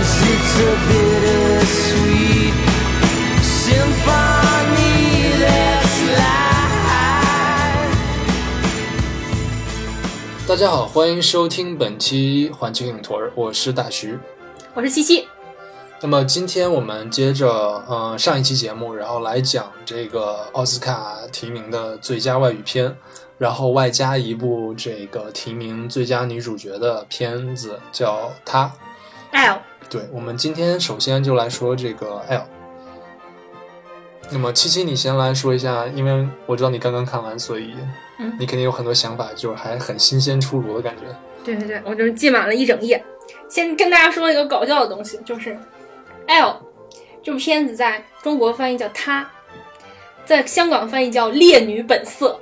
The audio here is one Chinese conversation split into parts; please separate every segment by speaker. Speaker 1: a bittersweet symphony that's life.
Speaker 2: 大家好，欢迎收听本期环球影屯儿，我是大徐。
Speaker 3: 我是西西，
Speaker 2: 那么今天我们接着呃上一期节目，然后来讲这个奥斯卡提名的最佳外语片，然后外加一部这个提名最佳女主角的片子叫《她》。
Speaker 3: L
Speaker 2: 对，我们今天首先就来说这个 L。那么七七，你先来说一下，因为我知道你刚刚看完，所以
Speaker 3: 嗯
Speaker 2: 你肯定有很多想法，就是还很新鲜出炉的感觉。
Speaker 3: 对对对，我就是记满了一整页。先跟大家说一个搞笑的东西，就是《L》这部片子在中国翻译叫《她》，在香港翻译叫《烈女本色》，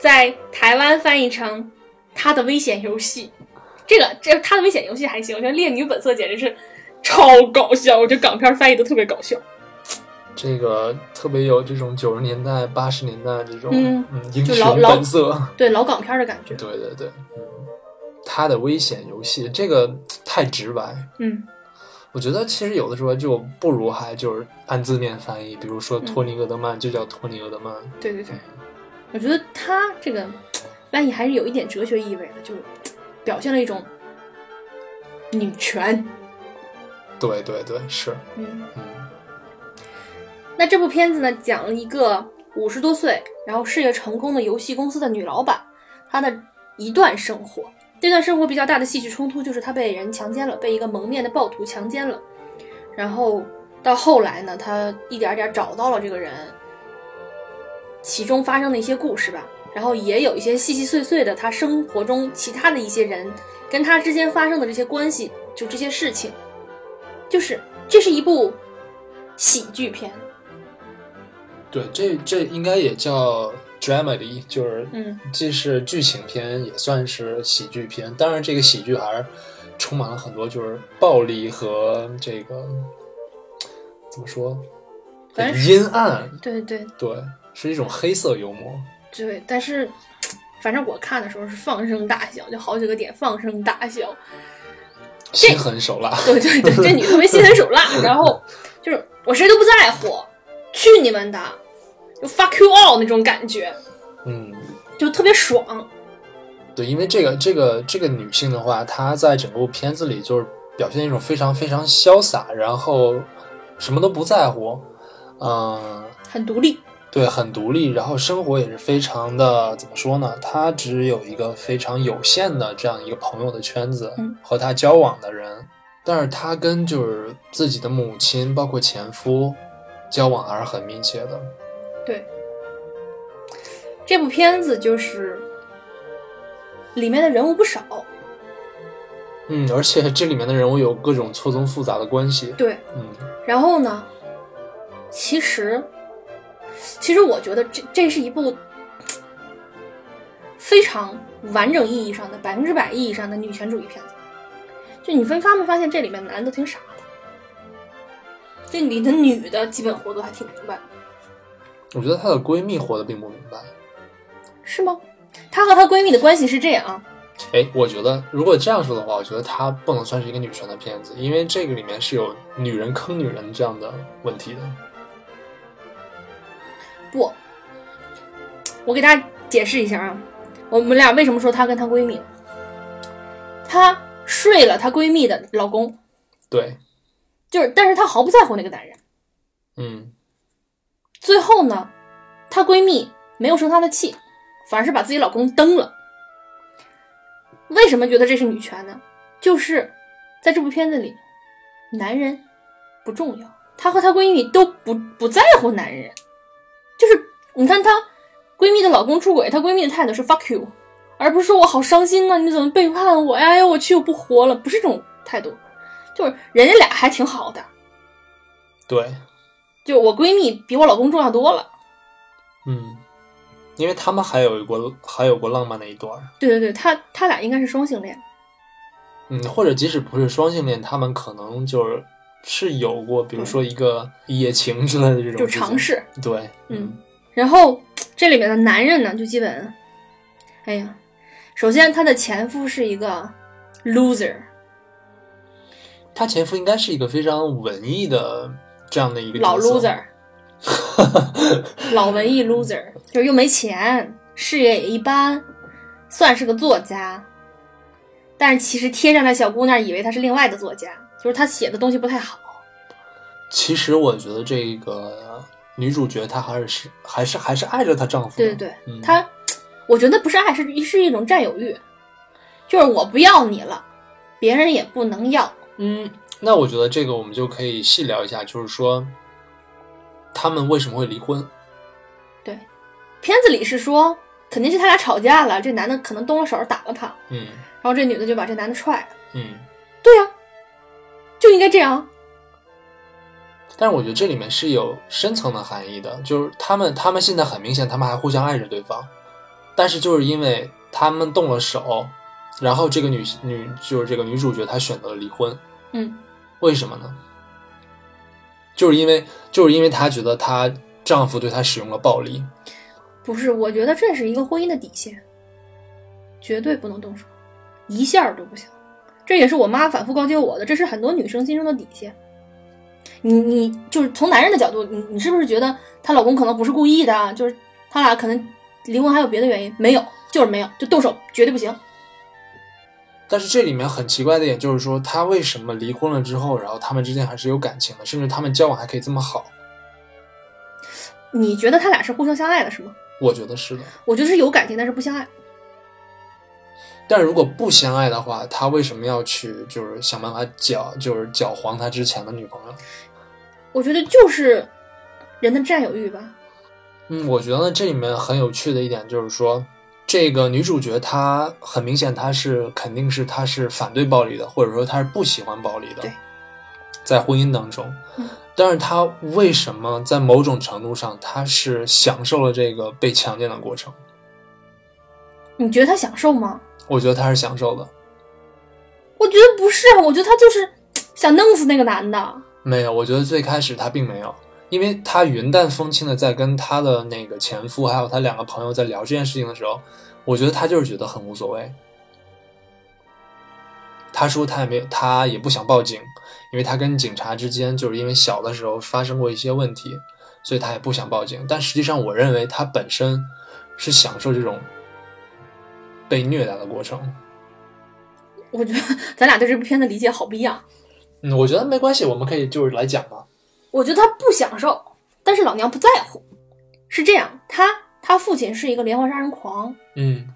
Speaker 3: 在台湾翻译成《她的危险游戏》。这个这《她的危险游戏》还行，我觉得《烈女本色》简直是超搞笑，我觉得港片翻译的特别搞笑。
Speaker 2: 这个特别有这种九十年代、八十年代这种
Speaker 3: 嗯
Speaker 2: 英
Speaker 3: 就
Speaker 2: 雄
Speaker 3: 老老
Speaker 2: 本色，
Speaker 3: 对老港片的感觉
Speaker 2: 对，对对，嗯，他的危险游戏这个太直白，
Speaker 3: 嗯，
Speaker 2: 我觉得其实有的时候就不如还就是按字面翻译，比如说托尼·厄德曼就叫托尼·厄德曼，
Speaker 3: 对对对，我觉得他这个翻译还是有一点哲学意味的，就是表现了一种女权。
Speaker 2: 对对对，是，
Speaker 3: 嗯，
Speaker 2: 嗯
Speaker 3: 那这部片子呢，讲了一个五十多岁，然后事业成功的游戏公司的女老板，她的一段生活。这段生活比较大的戏剧冲突就是她被人强奸了，被一个蒙面的暴徒强奸了。然后到后来呢，她一点儿点儿找到了这个人，其中发生的一些故事吧。然后也有一些细细碎碎的，她生活中其他的一些人跟她之间发生的这些关系，就这些事情，就是这是一部喜剧片，
Speaker 2: 对，这这应该也叫 dramedy，就是
Speaker 3: 嗯，
Speaker 2: 既是剧情片，也算是喜剧片。当然，这个喜剧还是充满了很多就是暴力和这个怎么说，
Speaker 3: 反
Speaker 2: 很
Speaker 3: 正是
Speaker 2: 阴暗，
Speaker 3: 对对
Speaker 2: 对，是一种黑色幽默。
Speaker 3: 对，但是反正我看的时候是放声大笑，就好几个点放声大笑。
Speaker 2: 心狠手辣，
Speaker 3: 对对对，这女特别心狠手辣，然后就是我谁都不在乎，去你们的，就 fuck you all 那种感觉，
Speaker 2: 嗯，
Speaker 3: 就特别爽。
Speaker 2: 对，因为这个这个这个女性的话，她在整部片子里就是表现一种非常非常潇洒，然后什么都不在乎，嗯、
Speaker 3: 很独立，
Speaker 2: 对，很独立，然后生活也是非常的怎么说呢？他只有一个非常有限的这样一个朋友的圈子
Speaker 3: 嗯
Speaker 2: 和他交往的人，但是他跟就是自己的母亲，包括前夫交往还是很密切的。
Speaker 3: 对，这部片子就是里面的人物不少，
Speaker 2: 嗯，而且这里面的人物有各种错综复杂的关系。
Speaker 3: 对，
Speaker 2: 嗯，
Speaker 3: 然后呢，其实，其实我觉得这这是一部非常完整意义上的百分之百意义上的女权主义片子。就你分发没发现这里面男的都挺傻的，这里的女的基本活都还挺明白的，
Speaker 2: 我觉得她的闺蜜活得并不明白。
Speaker 3: 是吗？她和她闺蜜的关系是这样啊，
Speaker 2: 哎，我觉得如果这样说的话，我觉得它不能算是一个女权的片子，因为这个里面是有女人坑女人这样的问题的。
Speaker 3: 不，我给大家解释一下啊，我们俩为什么说她跟她闺蜜？她睡了她闺蜜的老公，
Speaker 2: 对，
Speaker 3: 就是，但是她毫不在乎那个男人。
Speaker 2: 嗯。
Speaker 3: 最后呢，她闺蜜没有生她的气，反而是把自己老公蹬了。为什么觉得这是女权呢？就是在这部片子里，男人不重要，她和她闺蜜都不不在乎男人。就是你看她闺蜜的老公出轨，她闺蜜的态度是 fuck you，而不是说我好伤心呐、啊你怎么背叛我呀？哎呦我去，我不活了，不是这种态度，就是人家俩还挺好的，
Speaker 2: 对，
Speaker 3: 就我闺蜜比我老公重要多了。
Speaker 2: 嗯，因为他们还有过还有过浪漫的一段儿，
Speaker 3: 对对对，他他俩应该是双性恋，
Speaker 2: 嗯，或者即使不是双性恋，他们可能就是是有过，比如说一个一夜情之类的这种，
Speaker 3: 就尝，试。
Speaker 2: 对，
Speaker 3: 嗯，然后这里面的男人呢，就基本，哎呀，首先她的前夫是一个 loser，
Speaker 2: 他前夫应该是一个非常文艺的这样的一个
Speaker 3: 老
Speaker 2: 角色
Speaker 3: loser，老文艺 loser，就是又没钱，事业也一般，算是个作家，但是其实贴上那小姑娘，以为他是另外的作家，就是他写的东西不太好。
Speaker 2: 其实我觉得这个女主角她还是还是还是爱着她丈夫的。
Speaker 3: 对对对，
Speaker 2: 嗯
Speaker 3: 他，我觉得不是爱，是是一种占有欲，就是我不要你了，别人也不能要。
Speaker 2: 嗯，那我觉得这个我们就可以细聊一下，就是说他们为什么会离婚？
Speaker 3: 片子里是说，肯定是他俩吵架了，这男的可能动了手打了她，
Speaker 2: 嗯
Speaker 3: 然后这女的就把这男的踹了，
Speaker 2: 嗯，
Speaker 3: 就应该这样。
Speaker 2: 但是我觉得这里面是有深层的含义的，就是他们他们现在很明显，他们还互相爱着对方，但是就是因为他们动了手，然后这个女女就是这个女主角她选择了离婚，
Speaker 3: 嗯，
Speaker 2: 为什么呢？就是因为就是因为她觉得她丈夫对她使用了暴力，
Speaker 3: 不是，我觉得这是一个婚姻的底线，绝对不能动手，一下儿都不行。这也是我妈反复告诫我的，这是很多女生心中的底线。你你就是从男人的角度，你你是不是觉得她老公可能不是故意的啊？就是他俩可能离婚还有别的原因？没有，就是没有，就动手绝对不行。
Speaker 2: 但是这里面很奇怪的点就是说，他为什么离婚了之后，然后他们之间还是有感情的，甚至他们交往还可以这么好？
Speaker 3: 你觉得他俩是互相相爱的是吗？
Speaker 2: 我觉得是的。
Speaker 3: 我觉得是有感情，但是不相爱。
Speaker 2: 但如果不相爱的话，他为什么要去就是想办法搅就是搅黄他之前的女朋友？
Speaker 3: 我觉得就是人的占有欲吧。
Speaker 2: 嗯，我觉得这里面很有趣的一点就是说，这个女主角她很明显她是肯定是她是反对暴力的，或者说她是不喜欢暴力的
Speaker 3: 对，
Speaker 2: 在婚姻当中
Speaker 3: 嗯。
Speaker 2: 但是她为什么在某种程度上她是享受了这个被强奸的过程？
Speaker 3: 你觉得他享受吗？
Speaker 2: 我觉得她是享受的。
Speaker 3: 我觉得不是啊，我觉得他就是想弄死那个男的。
Speaker 2: 没有，我觉得最开始她并没有，因为她云淡风轻的在跟她的那个前夫还有她两个朋友在聊这件事情的时候，我觉得她就是觉得很无所谓。她说她也没有，她也不想报警，因为她跟警察之间就是因为小的时候发生过一些问题，所以她也不想报警。但实际上，我认为她本身是享受这种被虐待的过程。
Speaker 3: 我觉得 咱俩对这部片子理解好不一样。
Speaker 2: 嗯，我觉得没关系，我们可以就是来讲嘛。
Speaker 3: 我觉得他不享受，但是老娘不在乎。是这样，他他父亲是一个连环杀人狂，
Speaker 2: 嗯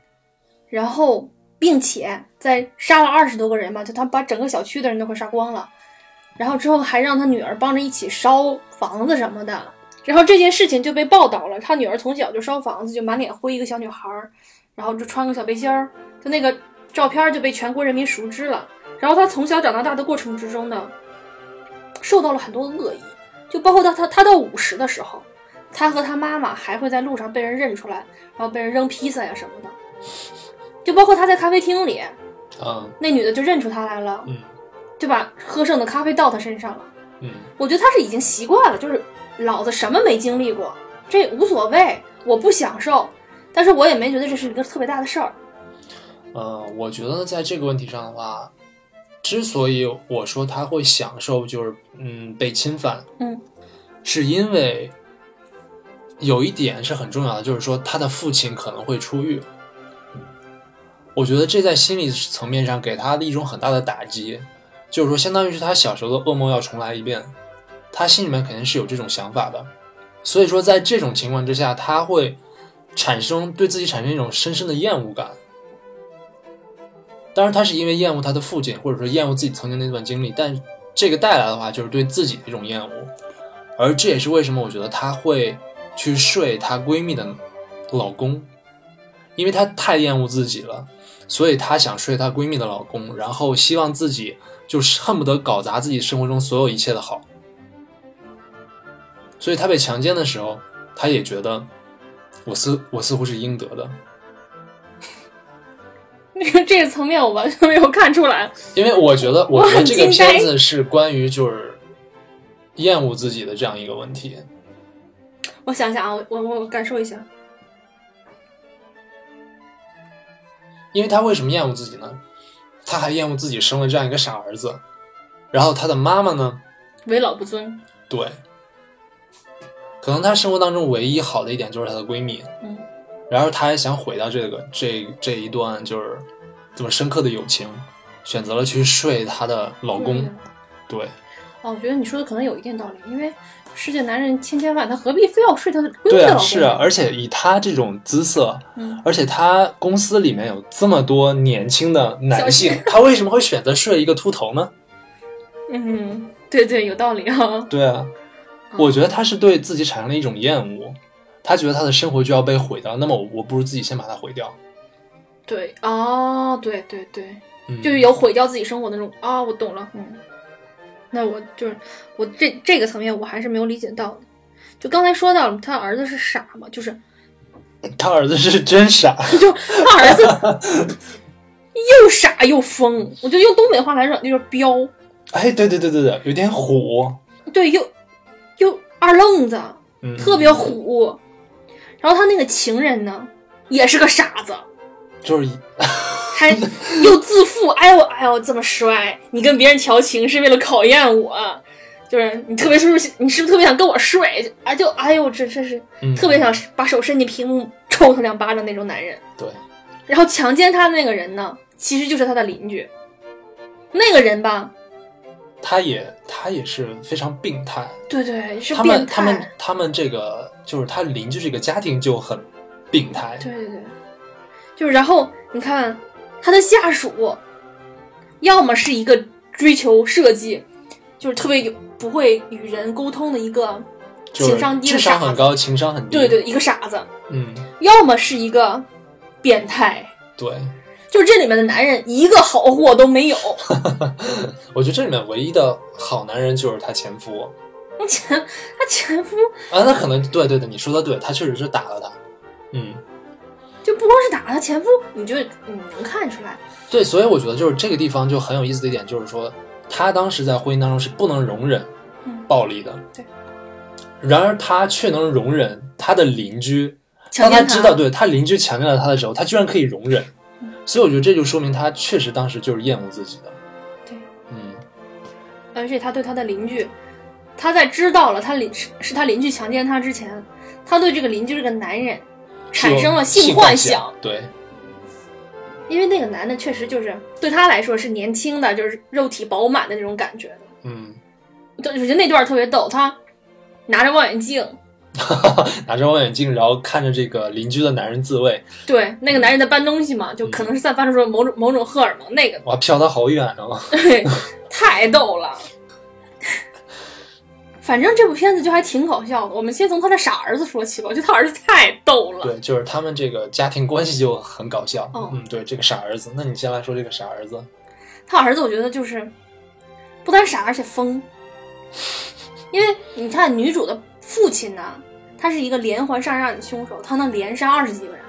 Speaker 3: 然后并且在杀了二十多个人吧，就他把整个小区的人都快杀光了，然后之后还让他女儿帮着一起烧房子什么的，然后这件事情就被报道了。他女儿从小就烧房子，就满脸灰一个小女孩儿，然后就穿个小背心儿，就那个照片就被全国人民熟知了。然后他从小长到大的过程之中呢，受到了很多恶意，就包括到他他到五十的时候，他和他妈妈还会在路上被人认出来，然后被人扔披萨呀什么的。就包括他在咖啡厅里，
Speaker 2: 啊
Speaker 3: 那女的就认出他来了，
Speaker 2: 嗯
Speaker 3: 就把喝剩的咖啡倒他身上了。
Speaker 2: 嗯
Speaker 3: 我觉得他是已经习惯了，就是老子什么没经历过，这也无所谓，我不享受，但是我也没觉得这是一个特别大的事儿。
Speaker 2: 呃，我觉得在这个问题上的话，之所以我说他会享受，就是嗯被侵犯，
Speaker 3: 嗯，
Speaker 2: 是因为有一点是很重要的，就是说他的父亲可能会出狱。嗯我觉得这在心理层面上给他的一种很大的打击，就是说，相当于是他小时候的噩梦要重来一遍，他心里面肯定是有这种想法的。所以说，在这种情况之下，他会产生对自己产生一种深深的厌恶感。当然，他是因为厌恶他的父亲，或者说厌恶自己曾经那段经历，但这个带来的话就是对自己的一种厌恶，而这也是为什么我觉得她会去睡她闺蜜的老公，因为她太厌恶自己了，所以她想睡她闺蜜的老公，然后希望自己就是恨不得搞砸自己生活中所有一切的好，所以她被强奸的时候，她也觉得我似我似乎是应得的，
Speaker 3: 这个层面我完全没有看出来。
Speaker 2: 因为我觉得，我觉得这个
Speaker 3: 我很惊呆
Speaker 2: 片子是关于就是厌恶自己的这样一个问题。
Speaker 3: 我想想啊，我我我感受一下，
Speaker 2: 因为他为什么厌恶自己呢？他还厌恶自己生了这样一个傻儿子，然后他的妈妈呢，
Speaker 3: 为老不尊，
Speaker 2: 对，可能她生活当中唯一好的一点就是她的闺蜜，
Speaker 3: 嗯，
Speaker 2: 然而她也想毁掉这个这这一段就是这么深刻的友情，选择了去睡她的老公，
Speaker 3: 嗯
Speaker 2: 对，
Speaker 3: 哦，我觉得你说的可能有一定道理，因为世界男人千千万，他何必非要睡他闺蜜
Speaker 2: 对
Speaker 3: 的老
Speaker 2: 啊，
Speaker 3: 公？
Speaker 2: 是啊，，而且以她这种姿色，
Speaker 3: 嗯，
Speaker 2: 而且她公司里面有这么多年轻的男性，她为什么会选择睡一个秃头 呢？
Speaker 3: 嗯，对对，有道理啊。
Speaker 2: 对啊，我觉得她是对自己产生了一种厌恶，她觉得她的生活就要被毁掉，那么我我不如自己先把它毁掉，
Speaker 3: 对哦，对对对，
Speaker 2: 嗯，
Speaker 3: 就是有毁掉自己生活的那种啊、我懂了，嗯。那我就是我这这个层面我还是没有理解到的，就刚才说到了他儿子是傻嘛，就是
Speaker 2: 她儿子是真傻。
Speaker 3: 就他儿子又傻又疯，我就用东北话来说就是彪，
Speaker 2: 哎，对对对对对，有点虎，
Speaker 3: 对，又又二愣子，
Speaker 2: 嗯，
Speaker 3: 特别虎。然后他那个情人呢，也是个傻子，
Speaker 2: 就是
Speaker 3: 还又自负，哎呦哎呦这么帅，你跟别人调情是为了考验我，就是你特别是不是你是不是特别想跟我睡？就哎就哎呦这真是
Speaker 2: 嗯
Speaker 3: 特别想把手伸进屏幕抽他两巴掌那种男人。
Speaker 2: 对，
Speaker 3: 然后强奸他的那个人呢，其实就是他的邻居，那个人吧，
Speaker 2: 他也他也是非常病态，
Speaker 3: 对对是
Speaker 2: 他
Speaker 3: 变
Speaker 2: 们
Speaker 3: 态，
Speaker 2: 他们他们这个就是他邻居这个家庭就很病态，
Speaker 3: 对对对，就是然后你看他的下属，要么是一个追求设计，就是特别有不会与人沟通的一个
Speaker 2: 就
Speaker 3: 情商
Speaker 2: 是
Speaker 3: 低
Speaker 2: 智
Speaker 3: 的
Speaker 2: 商
Speaker 3: 傻
Speaker 2: 很
Speaker 3: 子，
Speaker 2: 高，情商很低，
Speaker 3: 对，对，一个傻子，
Speaker 2: 嗯，
Speaker 3: 要么是一个变态，
Speaker 2: 对，
Speaker 3: 就是这里面的男人一个好货都没有。
Speaker 2: 我觉得这里面唯一的好男人就是他前夫
Speaker 3: 他前他前夫
Speaker 2: 啊，那可能对对对，你说的对，他确实是打了他，嗯，
Speaker 3: 就不光是打他前夫，你就你能看出来，
Speaker 2: 对，所以我觉得就是这个地方就很有意思的一点，就是说他当时在婚姻当中是不能容忍
Speaker 3: 嗯
Speaker 2: 暴力的，
Speaker 3: 对。
Speaker 2: 然而他却能容忍他的邻居，
Speaker 3: 强
Speaker 2: 当他
Speaker 3: 奸
Speaker 2: 知道对他邻居强奸了他的时候，他居然可以容忍，
Speaker 3: 嗯
Speaker 2: 所以我觉得这就说明他确实当时就是厌恶自己的。
Speaker 3: 对，
Speaker 2: 嗯，
Speaker 3: 而且他对他的邻居，他在知道了他邻是是他邻居强奸他之前，他对这个邻居这个男人产生了
Speaker 2: 是有
Speaker 3: 性
Speaker 2: 性
Speaker 3: 幻
Speaker 2: 想，对，
Speaker 3: 因为那个男的确实就是对他来说是年轻的，就是肉体饱满的那种感觉的。
Speaker 2: 嗯，
Speaker 3: 对，我觉得那段特别逗，他拿着望远镜，
Speaker 2: 拿着望远镜，然后看着这个邻居的男人自慰，
Speaker 3: 对那个男人在搬东西嘛，就可能是散发出了某种某种荷尔蒙，那个
Speaker 2: 哇，飘他好远哦。
Speaker 3: 对，太逗了。反正这部片子就还挺搞笑的。我们先从他的傻儿子说起吧，我觉得他儿子太逗了。
Speaker 2: 对，就是他们这个家庭关系就很搞笑。
Speaker 3: 哦
Speaker 2: 嗯，对，这个傻儿子，那你先来说这个傻儿子，
Speaker 3: 他儿子我觉得就是不但傻，而且疯，因为你看女主的父亲呢，他是一个连环杀人案的凶手，他能连杀二十几个人，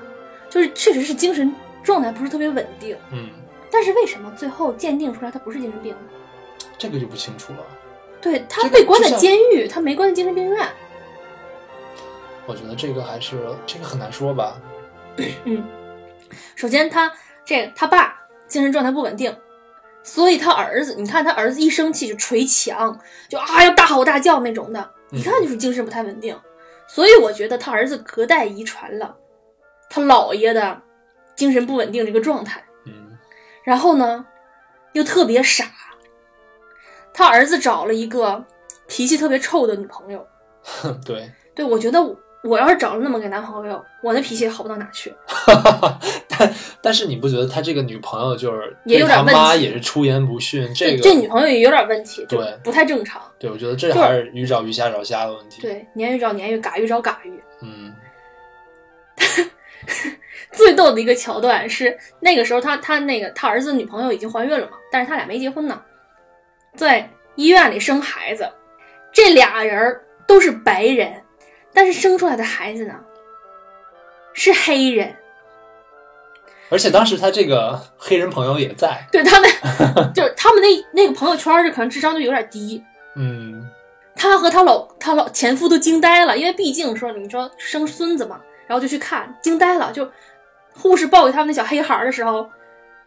Speaker 3: 就是确实是精神状态不是特别稳定。
Speaker 2: 嗯，
Speaker 3: 但是为什么最后鉴定出来他不是精神病呢？
Speaker 2: 这个就不清楚了。
Speaker 3: 对他
Speaker 2: 这个
Speaker 3: 被关在
Speaker 2: 就像
Speaker 3: 监狱，他没关在精神病院。
Speaker 2: 我觉得这个还是这个很难说吧。嗯
Speaker 3: 首先他这他爸精神状态不稳定，所以他儿子，你看他儿子一生气就捶墙，就啊要大吼大叫那种的，
Speaker 2: 嗯
Speaker 3: 一看就是精神不太稳定。所以我觉得他儿子隔代遗传了他姥爷的精神不稳定这个状态，
Speaker 2: 嗯，
Speaker 3: 然后呢又特别傻。他儿子找了一个脾气特别臭的女朋友，
Speaker 2: 哼对，
Speaker 3: 对我觉得我我要是找了那么个男朋友，我那脾气也好不到哪去。
Speaker 2: 但但是你不觉得他这个女朋友就是
Speaker 3: 也有
Speaker 2: 对他
Speaker 3: 点问
Speaker 2: 妈
Speaker 3: 题
Speaker 2: 也是出言不逊？这个
Speaker 3: 这女朋友也有点问题，就
Speaker 2: 对
Speaker 3: 不太正常。
Speaker 2: 对，我觉得这
Speaker 3: 就是
Speaker 2: 还是鱼找鱼，虾找虾的问题。，
Speaker 3: 对，鲶鱼找鲶鱼，嘎鱼找嘎鱼。
Speaker 2: 嗯
Speaker 3: 最逗的一个桥段是，那个时候他他那个他儿子的女朋友已经怀孕了嘛，但是他俩没结婚呢，在医院里生孩子，这俩人儿都是白人，但是生出来的孩子呢是黑人。
Speaker 2: 而且当时他这个黑人朋友也在，
Speaker 3: 对他们 ，就是他们那那个朋友圈儿，可能智商就有点低。
Speaker 2: 嗯，
Speaker 3: 她和她老她老前夫都惊呆了，因为毕竟说你说生孙子嘛，然后就去看，惊呆了。就护士抱给他们那小黑孩儿的时候，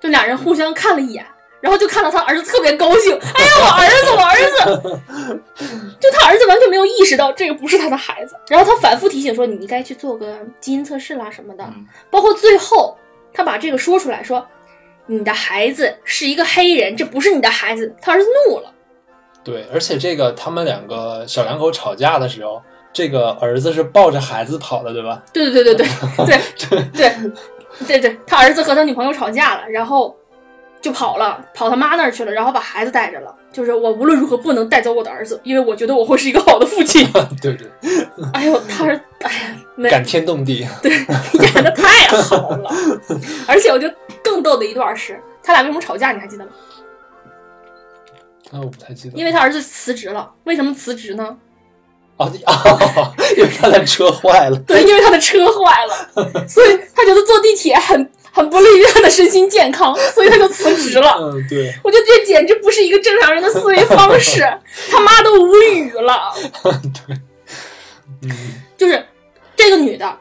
Speaker 3: 就俩人互相看了一眼，然后就看到他儿子特别高兴，哎呀，我儿子，我儿子， 就他儿子完全没有意识到这个不是他的孩子。然后他反复提醒说，你应该去做个基因测试啦什么的。
Speaker 2: 嗯
Speaker 3: 包括最后他把这个说出来说，你的孩子是一个黑人，这不是你的孩子。他儿子怒了，
Speaker 2: 对，而且这个他们两个小两口吵架的时候，这个儿子是抱着孩子跑的，对吧？
Speaker 3: 对 对对对对对对对对，他儿子和他女朋友吵架了，然后就跑了，跑他妈那儿去了，然后把孩子带着了。就是我无论如何不能带走我的儿子，因为我觉得我会是一个好的父亲。
Speaker 2: 对对，
Speaker 3: 哎呦，他儿，哎呀，没
Speaker 2: 感天动地。 啊
Speaker 3: 演的太好了，而且我觉得更逗的一段是，他俩为什么吵架，你还记得吗？
Speaker 2: 啊，我不太记得，
Speaker 3: 因为他儿子辞职了，为什么辞职呢？
Speaker 2: 哦你哦，因为他的车坏 了。
Speaker 3: 对，因为他的车坏了，所以他觉得坐地铁很很不利于他的身心健康，所以他就辞职了。
Speaker 2: 嗯，对，
Speaker 3: 我觉得这简直不是一个正常人的思维方式，他妈都无语了。
Speaker 2: 嗯，
Speaker 3: 就是这个女的，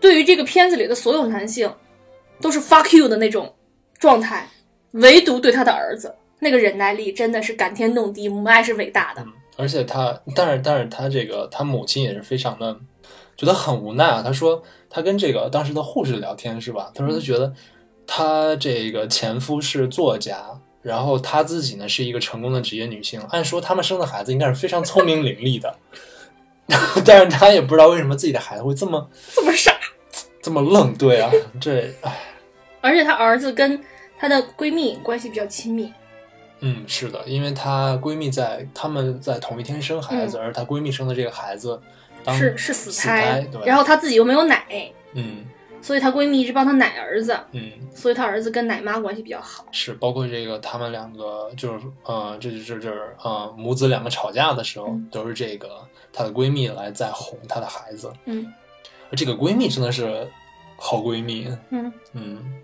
Speaker 3: 对于这个片子里的所有男性，都是 fuck you 的那种状态，唯独对她的儿子，那个忍耐力真的是感天动地，母爱是伟大的。
Speaker 2: 而且他，但是但是他这个他母亲也是非常的，觉得很无奈啊。他说他跟这个当时的护士聊天是吧？他说他觉得他这个前夫是作家。然后她自己呢是一个成功的职业女性，按说他们生的孩子应该是非常聪明伶俐的， 但是她也不知道为什么自己的孩子会这么
Speaker 3: 这么傻，
Speaker 2: 这么愣，对啊，这唉，
Speaker 3: 而且她儿子跟她的闺蜜关系比较亲密，
Speaker 2: 嗯，是的，因为她闺蜜在她们在同一天生孩子，而她闺蜜生的这个孩子当
Speaker 3: 嗯是是死
Speaker 2: 死
Speaker 3: 胎，
Speaker 2: 对，
Speaker 3: 然后她自己又没有奶，
Speaker 2: 嗯
Speaker 3: 所以她闺蜜一直帮她奶儿子，
Speaker 2: 嗯
Speaker 3: 所以她儿子跟奶妈关系比较好。
Speaker 2: 是，包括这个他们两个就是呃，这这这这呃母子两个吵架的时候，
Speaker 3: 嗯
Speaker 2: 都是这个她的闺蜜来在哄她的孩子，
Speaker 3: 嗯
Speaker 2: 而这个闺蜜真的是好闺蜜，啊
Speaker 3: 嗯，
Speaker 2: 嗯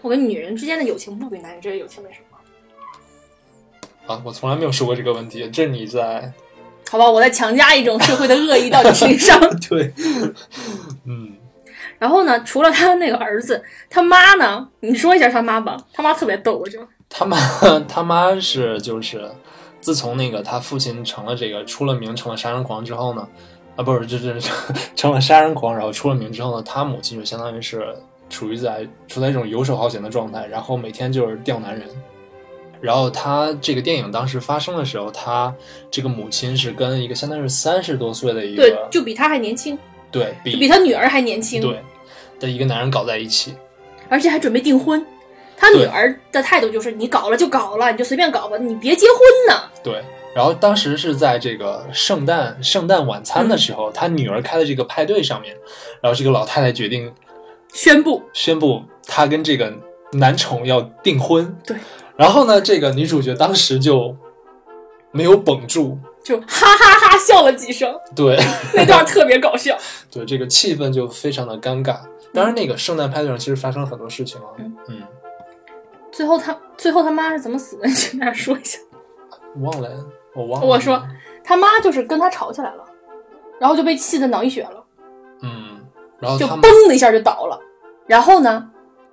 Speaker 3: 我跟女人之间的友情不比男人之间的友情为什么？
Speaker 2: 啊，我从来没有说过这个问题，这是你 在
Speaker 3: 好吧，我在强加一种社会的恶意到你身上。
Speaker 2: 对，嗯
Speaker 3: 然后呢，除了他那个儿子，他妈呢？你说一下他妈吧，他妈特别逗，我觉得。
Speaker 2: 他妈 他妈是就是，自从那个他父亲成了这个出了名成了杀人狂之后呢，啊不是这这这成了杀人狂，然后出了名之后呢，他母亲就相当于是处于在处在一种游手好闲的状态，然后每天就是钓男人。然后他这个电影当时发生的时候，他这个母亲是跟一个相当于是三十多岁的一
Speaker 3: 对
Speaker 2: 个，
Speaker 3: 就比他还年轻，
Speaker 2: 对比
Speaker 3: 比他女儿还年轻，
Speaker 2: 对的一个男人搞在一起，
Speaker 3: 而且还准备订婚。他女
Speaker 2: 对
Speaker 3: 儿的态度就是，你搞了就搞了，你就随便搞吧，你别结婚呢。
Speaker 2: 对，然后当时是在这个圣诞圣诞晚餐
Speaker 3: 嗯
Speaker 2: 的时候，他女儿开的这个派对上面，然后这个老太太决定
Speaker 3: 宣布，
Speaker 2: 宣布她跟这个男宠要订婚。
Speaker 3: 对，
Speaker 2: 然后呢，这个女主角当时就没有绷住，
Speaker 3: 就哈哈哈笑了几声，
Speaker 2: 对
Speaker 3: 那段特别搞笑。
Speaker 2: 对，这个气氛就非常的尴尬。当然，那个圣诞派对上其实发生了很多事情啊，
Speaker 3: 嗯
Speaker 2: 嗯，
Speaker 3: 最后他最后他妈是怎么死的？你跟大家说一下。
Speaker 2: 忘了，我忘了，
Speaker 3: 我说，他妈就是跟他吵起来了，然后就被气得脑溢血了。
Speaker 2: 嗯，然后
Speaker 3: 就
Speaker 2: 他们
Speaker 3: 嘣的一下就倒了。然后呢，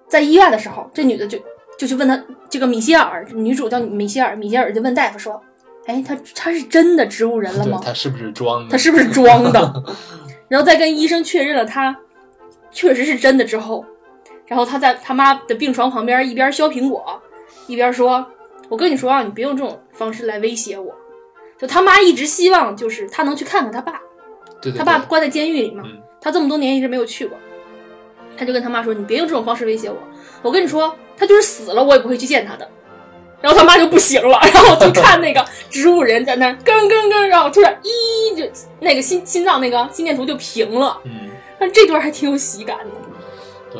Speaker 3: 在医院的时候，这女的就就去问他这个米歇尔，女主叫米歇尔，米歇尔就问大夫说：“哎，她她是真的植物人了
Speaker 2: 对
Speaker 3: 吗？
Speaker 2: 她是不是装的？
Speaker 3: 她是不是装的？” 然后在跟医生确认了她确实是真的之后，然后她在她妈的病床旁边一边削苹果，一边说：“我跟你说啊，你别用这种方式来威胁我。”就他妈一直希望就是她能去看看她爸，
Speaker 2: 对对对，
Speaker 3: 他爸关在监狱里嘛
Speaker 2: 嗯，
Speaker 3: 他这么多年一直没有去过。他就跟他妈说：“你别用这种方式威胁我，我跟你说，他就是死了，我也不会去见他的。”然后他妈就不行了，然后就看那个植物人在那儿咯咯咯，然后突然咦，就那个心心脏那个心电图就平了。
Speaker 2: 嗯。
Speaker 3: 但这段还挺有喜感的。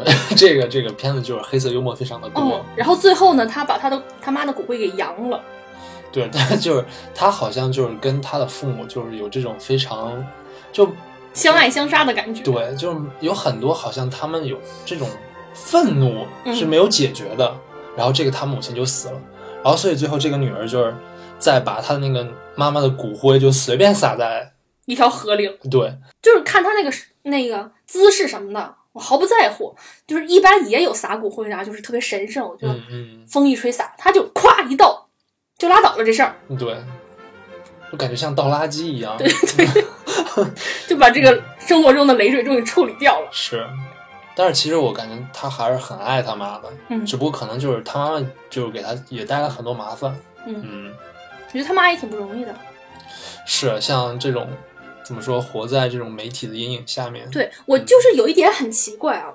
Speaker 2: 对， 这个这个片子就是黑色幽默非常的多。
Speaker 3: 嗯，然后最后呢，他把他的他妈的骨灰给扬了。
Speaker 2: 对，但就是他好像就是跟他的父母就是有这种非常，就
Speaker 3: 相爱相杀的感觉，
Speaker 2: 对，就是有很多好像他们有这种愤怒
Speaker 3: 嗯
Speaker 2: 是没有解决的，然后这个他母亲就死了，然后所以最后这个女儿就是再把她的那个妈妈的骨灰就随便撒在
Speaker 3: 一条河流，
Speaker 2: 对
Speaker 3: 就是看他那个那个姿势什么的，我毫不在乎。就是一般也有撒骨灰啊，就是特别神圣，我就
Speaker 2: 嗯嗯
Speaker 3: 风一吹撒，他就咵一倒，就拉倒了这事儿，
Speaker 2: 嗯，对，就感觉像倒垃圾一样。
Speaker 3: 就把这个生活中的累赘终于处理掉了。
Speaker 2: 是，但是其实我感觉他还是很爱他妈的，
Speaker 3: 嗯，
Speaker 2: 只不过可能就是他妈妈就是给他也带来很多麻烦。
Speaker 3: 嗯
Speaker 2: 嗯，
Speaker 3: 我觉得他妈也挺不容易的。
Speaker 2: 是啊像这种怎么说，活在这种媒体的阴影下面。，
Speaker 3: 对我就是有一点很奇怪啊，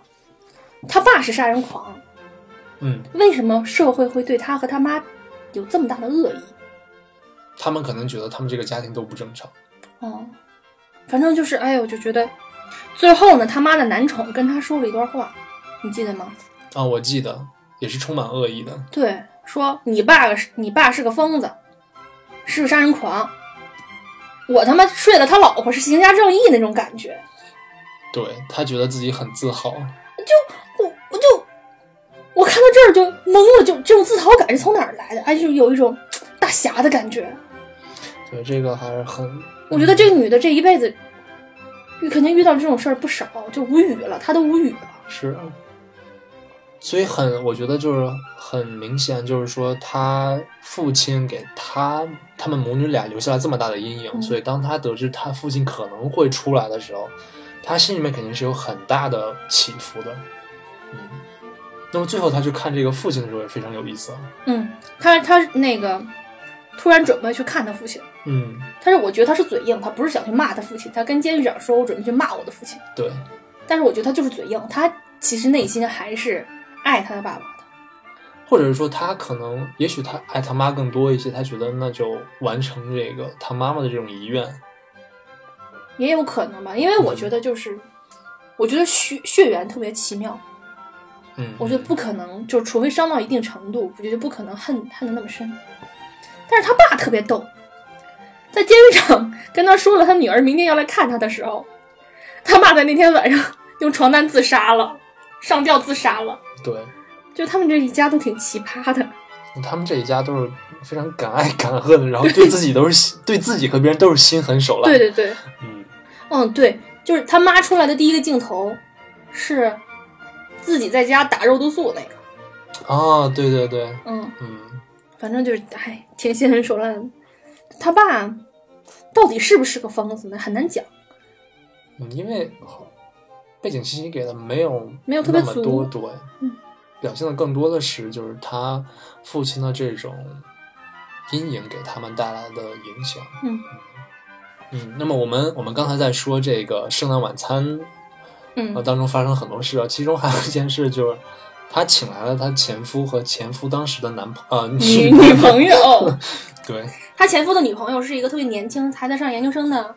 Speaker 3: 他爸是杀人狂，
Speaker 2: 嗯，
Speaker 3: 为什么社会会对他和他妈有这么大的恶意？
Speaker 2: 他们可能觉得他们这个家庭都不正常。
Speaker 3: 哦，反正就是，哎呦，我就觉得，最后呢，他妈的男宠跟他说了一段话，你记得吗？
Speaker 2: 啊，我记得也是充满恶意的。
Speaker 3: 对，说你爸个是你爸是个疯子，是个杀人狂，我他妈睡了他老婆是行侠仗义那种感觉，
Speaker 2: 对他觉得自己很自豪，
Speaker 3: 我我就我看到这儿就懵了，就这种自豪感是从哪儿来的？哎，就是有一种嘖大侠的感觉。
Speaker 2: 对这个还是很，
Speaker 3: 我觉得这个女的这一辈子，肯定遇到这种事儿不少，就无语了，她都无语了。
Speaker 2: 是，所以很，我觉得就是很明显，就是说他父亲给他他们母女俩留下了这么大的阴影，
Speaker 3: 嗯
Speaker 2: 所以当他得知他父亲可能会出来的时候，他心里面肯定是有很大的起伏的，嗯。那么最后他去看这个父亲的时候也非常有意思啊，
Speaker 3: 嗯，他他那个突然准备去看他父亲，
Speaker 2: 嗯，
Speaker 3: 但是我觉得他是嘴硬，他不是想去骂他父亲，他跟监狱长说我准备去骂我的父亲，
Speaker 2: 对，
Speaker 3: 但是我觉得他就是嘴硬，他其实内心还是爱他的爸爸的。
Speaker 2: 或者是说他可能，也许他爱他妈更多一些，他觉得那就完成这个他妈妈的这种遗愿，
Speaker 3: 也有可能吧，因为我觉得就是，我觉得血血缘特别奇妙，
Speaker 2: 嗯，
Speaker 3: 我觉得不可能，就除非伤到一定程度，我觉得不可能恨恨的那么深。但是他爸特别逗，在监狱长跟他说了他女儿明天要来看他的时候，他爸在那天晚上用床单自杀了，上吊自杀了。
Speaker 2: 对，
Speaker 3: 就他们这一家都挺奇葩的，
Speaker 2: 他们这一家都是非常敢爱敢恨，然后对自己都是心对自己和别人都是心狠手辣。
Speaker 3: 对，对对，
Speaker 2: 嗯，
Speaker 3: 嗯对，就是他妈出来的第一个镜头是自己在家打肉毒素那个，
Speaker 2: 啊，对对对，
Speaker 3: 嗯，
Speaker 2: 嗯，
Speaker 3: 反正就是哎，挺心狠手辣的。他爸到底是不是个疯子呢？很难讲。
Speaker 2: 嗯因为背景信息给的没有
Speaker 3: 没有特别
Speaker 2: 那么
Speaker 3: 足
Speaker 2: 多，对，
Speaker 3: 嗯
Speaker 2: 表现的更多的是就是他父亲的这种阴影给他们带来的影响。
Speaker 3: 嗯
Speaker 2: 嗯，那么我们我们刚才在说这个圣诞晚餐呃，
Speaker 3: 嗯
Speaker 2: 当中发生了很多事啊，其中还有一件事就是，她请来了她前夫和前夫当时的男朋呃，
Speaker 3: 女
Speaker 2: 朋
Speaker 3: 女
Speaker 2: 友，
Speaker 3: 朋友，
Speaker 2: 对，
Speaker 3: 他前夫的女朋友是一个特别年轻，还在上研究生呢。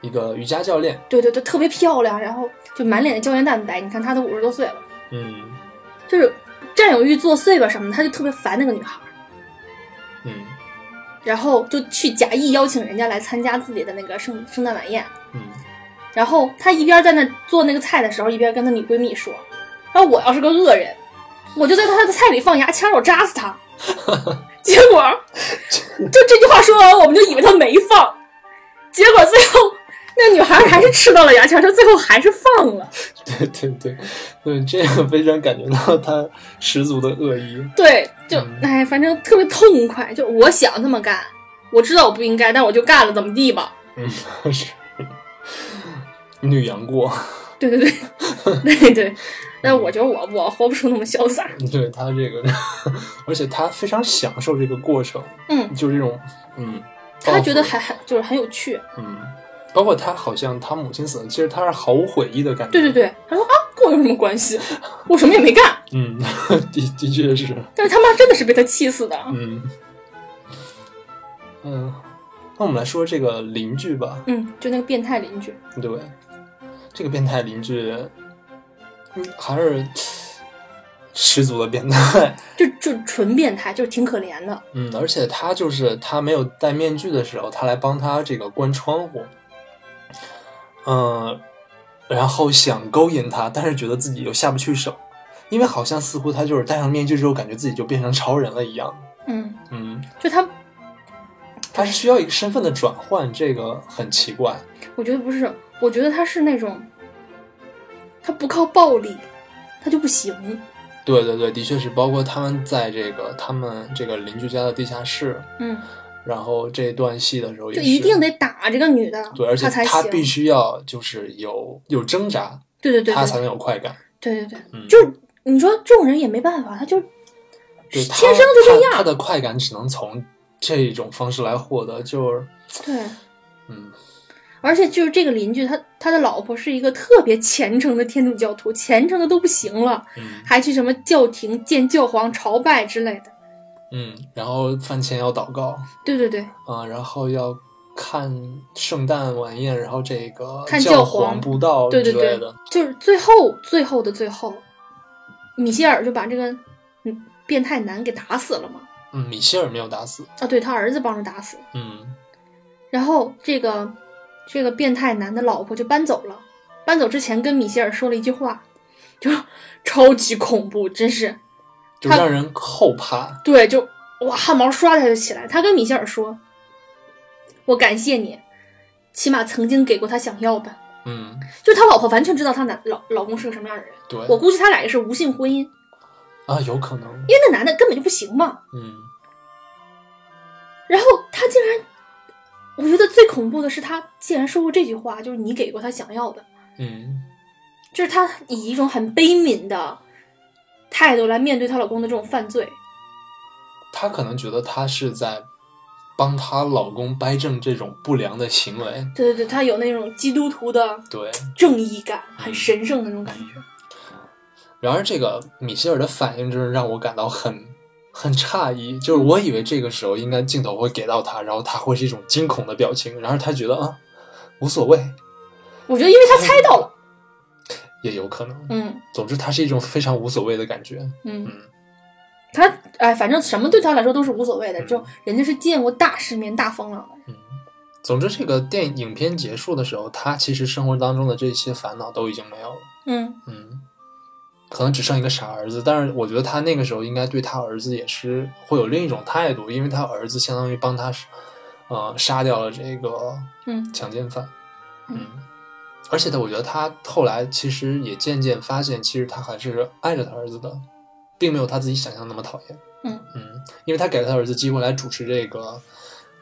Speaker 2: 一个瑜伽教练，
Speaker 3: 对对对，特别漂亮，然后就满脸的胶原蛋白。你看她都五十多岁了，
Speaker 2: 嗯
Speaker 3: 就是占有欲作祟吧什么的，他就特别烦那个女孩儿，
Speaker 2: 嗯
Speaker 3: 然后就去假意邀请人家来参加自己的那个圣圣诞晚宴。
Speaker 2: 嗯，
Speaker 3: 然后他一边在那做那个菜的时候，一边跟他女闺蜜说：“然后我要是个恶人，我就在他的菜里放牙签儿，我扎死 他。”结果，就这句话说完，我们就以为他没放，结果最后那女孩还是吃到了牙签儿，她最后还是放了。
Speaker 2: 对对对对，这个非常感觉到他十足的恶意，
Speaker 3: 对，就
Speaker 2: 嗯
Speaker 3: 哎，反正特别痛快。就我想这么干，我知道我不应该，但我就干了，怎么地吧？
Speaker 2: 嗯，是女杨过，
Speaker 3: 对对对， 对对。但我觉得我我活不出那么潇洒。
Speaker 2: 对她这个， 而且她非常享受这个过程，
Speaker 3: 嗯，
Speaker 2: 就这种嗯，
Speaker 3: 他觉得
Speaker 2: 报复
Speaker 3: 还还就是很有趣。
Speaker 2: 嗯，包括她好像她母亲死了，其实她是毫无悔意的感觉，
Speaker 3: 对对对，他说啊，跟我有什么关系？我什么也没干。
Speaker 2: 嗯， 的的确是，
Speaker 3: 但是他妈真的是被他气死的。
Speaker 2: 嗯嗯，那我们来说这个邻居吧，
Speaker 3: 嗯，就那个变态邻居，
Speaker 2: 对，这个变态邻居，嗯，还是十足的变态，
Speaker 3: 就就纯变态，就是挺可怜的。
Speaker 2: 嗯，而且他就是他没有戴面具的时候，他来帮他这个关窗户，嗯，然后想勾引他，但是觉得自己又下不去手，因为好像似乎他就是戴上面具之后，感觉自己就变成超人了一样，
Speaker 3: 嗯，
Speaker 2: 嗯。
Speaker 3: 就他，
Speaker 2: 他是需要一个身份的转换，这个很奇怪。
Speaker 3: 我觉得不是，我觉得他是那种，他不靠暴力，他就不行。
Speaker 2: 对对对，的确是，包括他们在这个他们这个邻居家的地下室，
Speaker 3: 嗯，
Speaker 2: 然后这段戏的时候也
Speaker 3: 就是一定得打这个女的，
Speaker 2: 对，而且
Speaker 3: 他才
Speaker 2: 他
Speaker 3: 行。
Speaker 2: 必须要就是有有挣扎，
Speaker 3: 对对对
Speaker 2: 他
Speaker 3: 对
Speaker 2: 才能有快感。
Speaker 3: 对对对，
Speaker 2: 嗯，
Speaker 3: 就是你说这种人也没办法，他就
Speaker 2: 对他
Speaker 3: 天生就
Speaker 2: 他，
Speaker 3: 这
Speaker 2: 他
Speaker 3: 样。
Speaker 2: 的快感只能从这种方式来获得，就是
Speaker 3: 对，
Speaker 2: 嗯，
Speaker 3: 而且就是这个邻居，他他的老婆是一个特别虔诚的天主教徒，虔诚的都不行了，
Speaker 2: 嗯
Speaker 3: 还去什么教廷见教皇朝拜之类的。
Speaker 2: 嗯，然后饭前要祷告，
Speaker 3: 对对对，
Speaker 2: 啊、然后要看圣诞晚宴，然后这个
Speaker 3: 看
Speaker 2: 教
Speaker 3: 教
Speaker 2: 皇
Speaker 3: 皇
Speaker 2: 布道之
Speaker 3: 对对对
Speaker 2: 类的，
Speaker 3: 就是最后最后的最后，米歇尔就把这个嗯变态男给打死了嘛。
Speaker 2: 嗯，米歇尔没有打死，
Speaker 3: 啊，对他儿子帮着打死。
Speaker 2: 嗯
Speaker 3: 然后这个这个变态男的老婆就搬走了，搬走之前跟米歇尔说了一句话，就超级恐怖，真是
Speaker 2: 就
Speaker 3: 他
Speaker 2: 让人后怕，
Speaker 3: 对，就哇汗毛刷的就起来。他跟米歇尔说：“我感谢你，起码曾经给过他想要的。
Speaker 2: 嗯，”
Speaker 3: 就他老婆完全知道他男老老公是个什么样的人，
Speaker 2: 对，
Speaker 3: 我估计他俩也是无性婚姻，因为
Speaker 2: 啊，有可能，
Speaker 3: 那男的根本就不行嘛。
Speaker 2: 嗯
Speaker 3: 然后他竟然，我觉得最恐怖的是他竟然说过这句话，就是你给过他想要的。
Speaker 2: 嗯
Speaker 3: 就是她以一种很悲悯的态度来面对她老公的这种犯罪。
Speaker 2: 她可能觉得她是在帮她老公掰正这种不良的行为，
Speaker 3: 对对对，她有那种基督徒的
Speaker 2: 对。
Speaker 3: 正义感，很神圣的那种感觉。
Speaker 2: 然而，这个米歇尔的反应真是让我感到很很诧异，就是我以为这个时候应该镜头会给到她，然后她会是一种惊恐的表情，然而她觉得啊无所谓，
Speaker 3: 我觉得，因为她猜到了，
Speaker 2: 也有可能。
Speaker 3: 嗯
Speaker 2: 总之，它是一种非常无所谓的感觉。
Speaker 3: 嗯
Speaker 2: 嗯，
Speaker 3: 她哎，反正什么对她来说都是无所谓的，
Speaker 2: 嗯
Speaker 3: 就人家是见过大世面、大风浪的。
Speaker 2: 总之，这个电影影片结束的时候，她其实生活当中的这些烦恼都已经没有了。
Speaker 3: 嗯，
Speaker 2: 嗯，可能只剩一个傻儿子，但是我觉得她那个时候应该对她儿子也是会有另一种态度，因为她儿子相当于帮她，呃，杀掉了这个
Speaker 3: 嗯
Speaker 2: 强奸犯。
Speaker 3: 嗯
Speaker 2: 嗯，而且呢，我觉得她后来其实也渐渐发现，其实她还是爱着她儿子的，并没有她自己想象的那么讨厌。
Speaker 3: 嗯
Speaker 2: 嗯，因为她给了她儿子机会来主持这个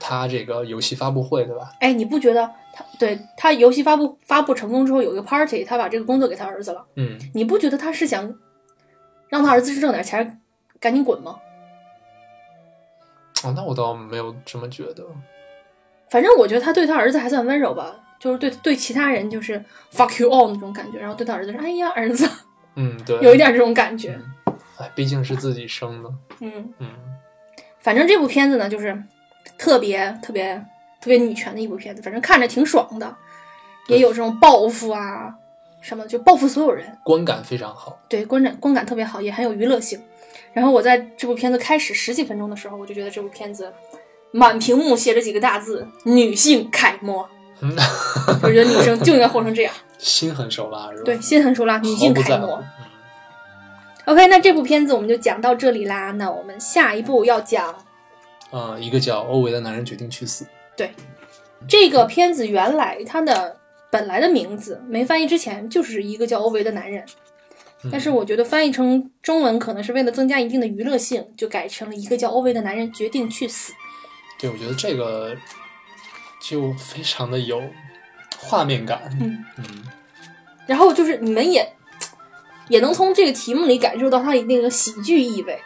Speaker 2: 她这个游戏发布会，对吧？
Speaker 3: 哎，你不觉得她对她游戏发布发布成功之后有一个 party，她把这个工作给她儿子了，
Speaker 2: 嗯，
Speaker 3: 你不觉得她是想让她儿子挣点钱，赶紧滚吗？
Speaker 2: 哦，那我倒没有这么觉得。
Speaker 3: 反正我觉得他对他儿子还算温柔吧，就是对对其他人就是 fuck you all 那种感觉，然后对他儿子是哎呀儿子，
Speaker 2: 嗯，对，
Speaker 3: 有一点这种感觉。
Speaker 2: 哎，毕竟是自己生的。
Speaker 3: 嗯，
Speaker 2: 嗯
Speaker 3: 反正这部片子呢，就是特别特别特别女权的一部片子，反正看着挺爽的，也有这种报复啊什么的，就报复所有人。，
Speaker 2: 观感非常好。
Speaker 3: 对，观感观感特别好，也很有娱乐性。然后我在这部片子开始十几分钟的时候，我就觉得这部片子满屏幕写着几个大字“女性楷模
Speaker 2: 嗯，”，
Speaker 3: 我觉得女生就应该活成这样。
Speaker 2: 心狠手辣是吧？
Speaker 3: 对，心狠手辣，女性
Speaker 2: 毫不
Speaker 3: 楷
Speaker 2: 在乎嗯
Speaker 3: 模。。OK，那这部片子我们就讲到这里啦。那我们下一步要讲
Speaker 2: 嗯、呃一个叫欧维的男人决定去死。
Speaker 3: 这个片子，原来它的本来的名字没翻译之前就是一个叫欧维的男人，
Speaker 2: 嗯
Speaker 3: 但是我觉得翻译成中文可能是为了增加一定的娱乐性，就改成了一个叫欧维的男人决定去死。
Speaker 2: 对，我觉得这个就非常的有画面感。
Speaker 3: 嗯
Speaker 2: 嗯
Speaker 3: 然后就是你们也也能从这个题目里感受到它的那个喜剧意味，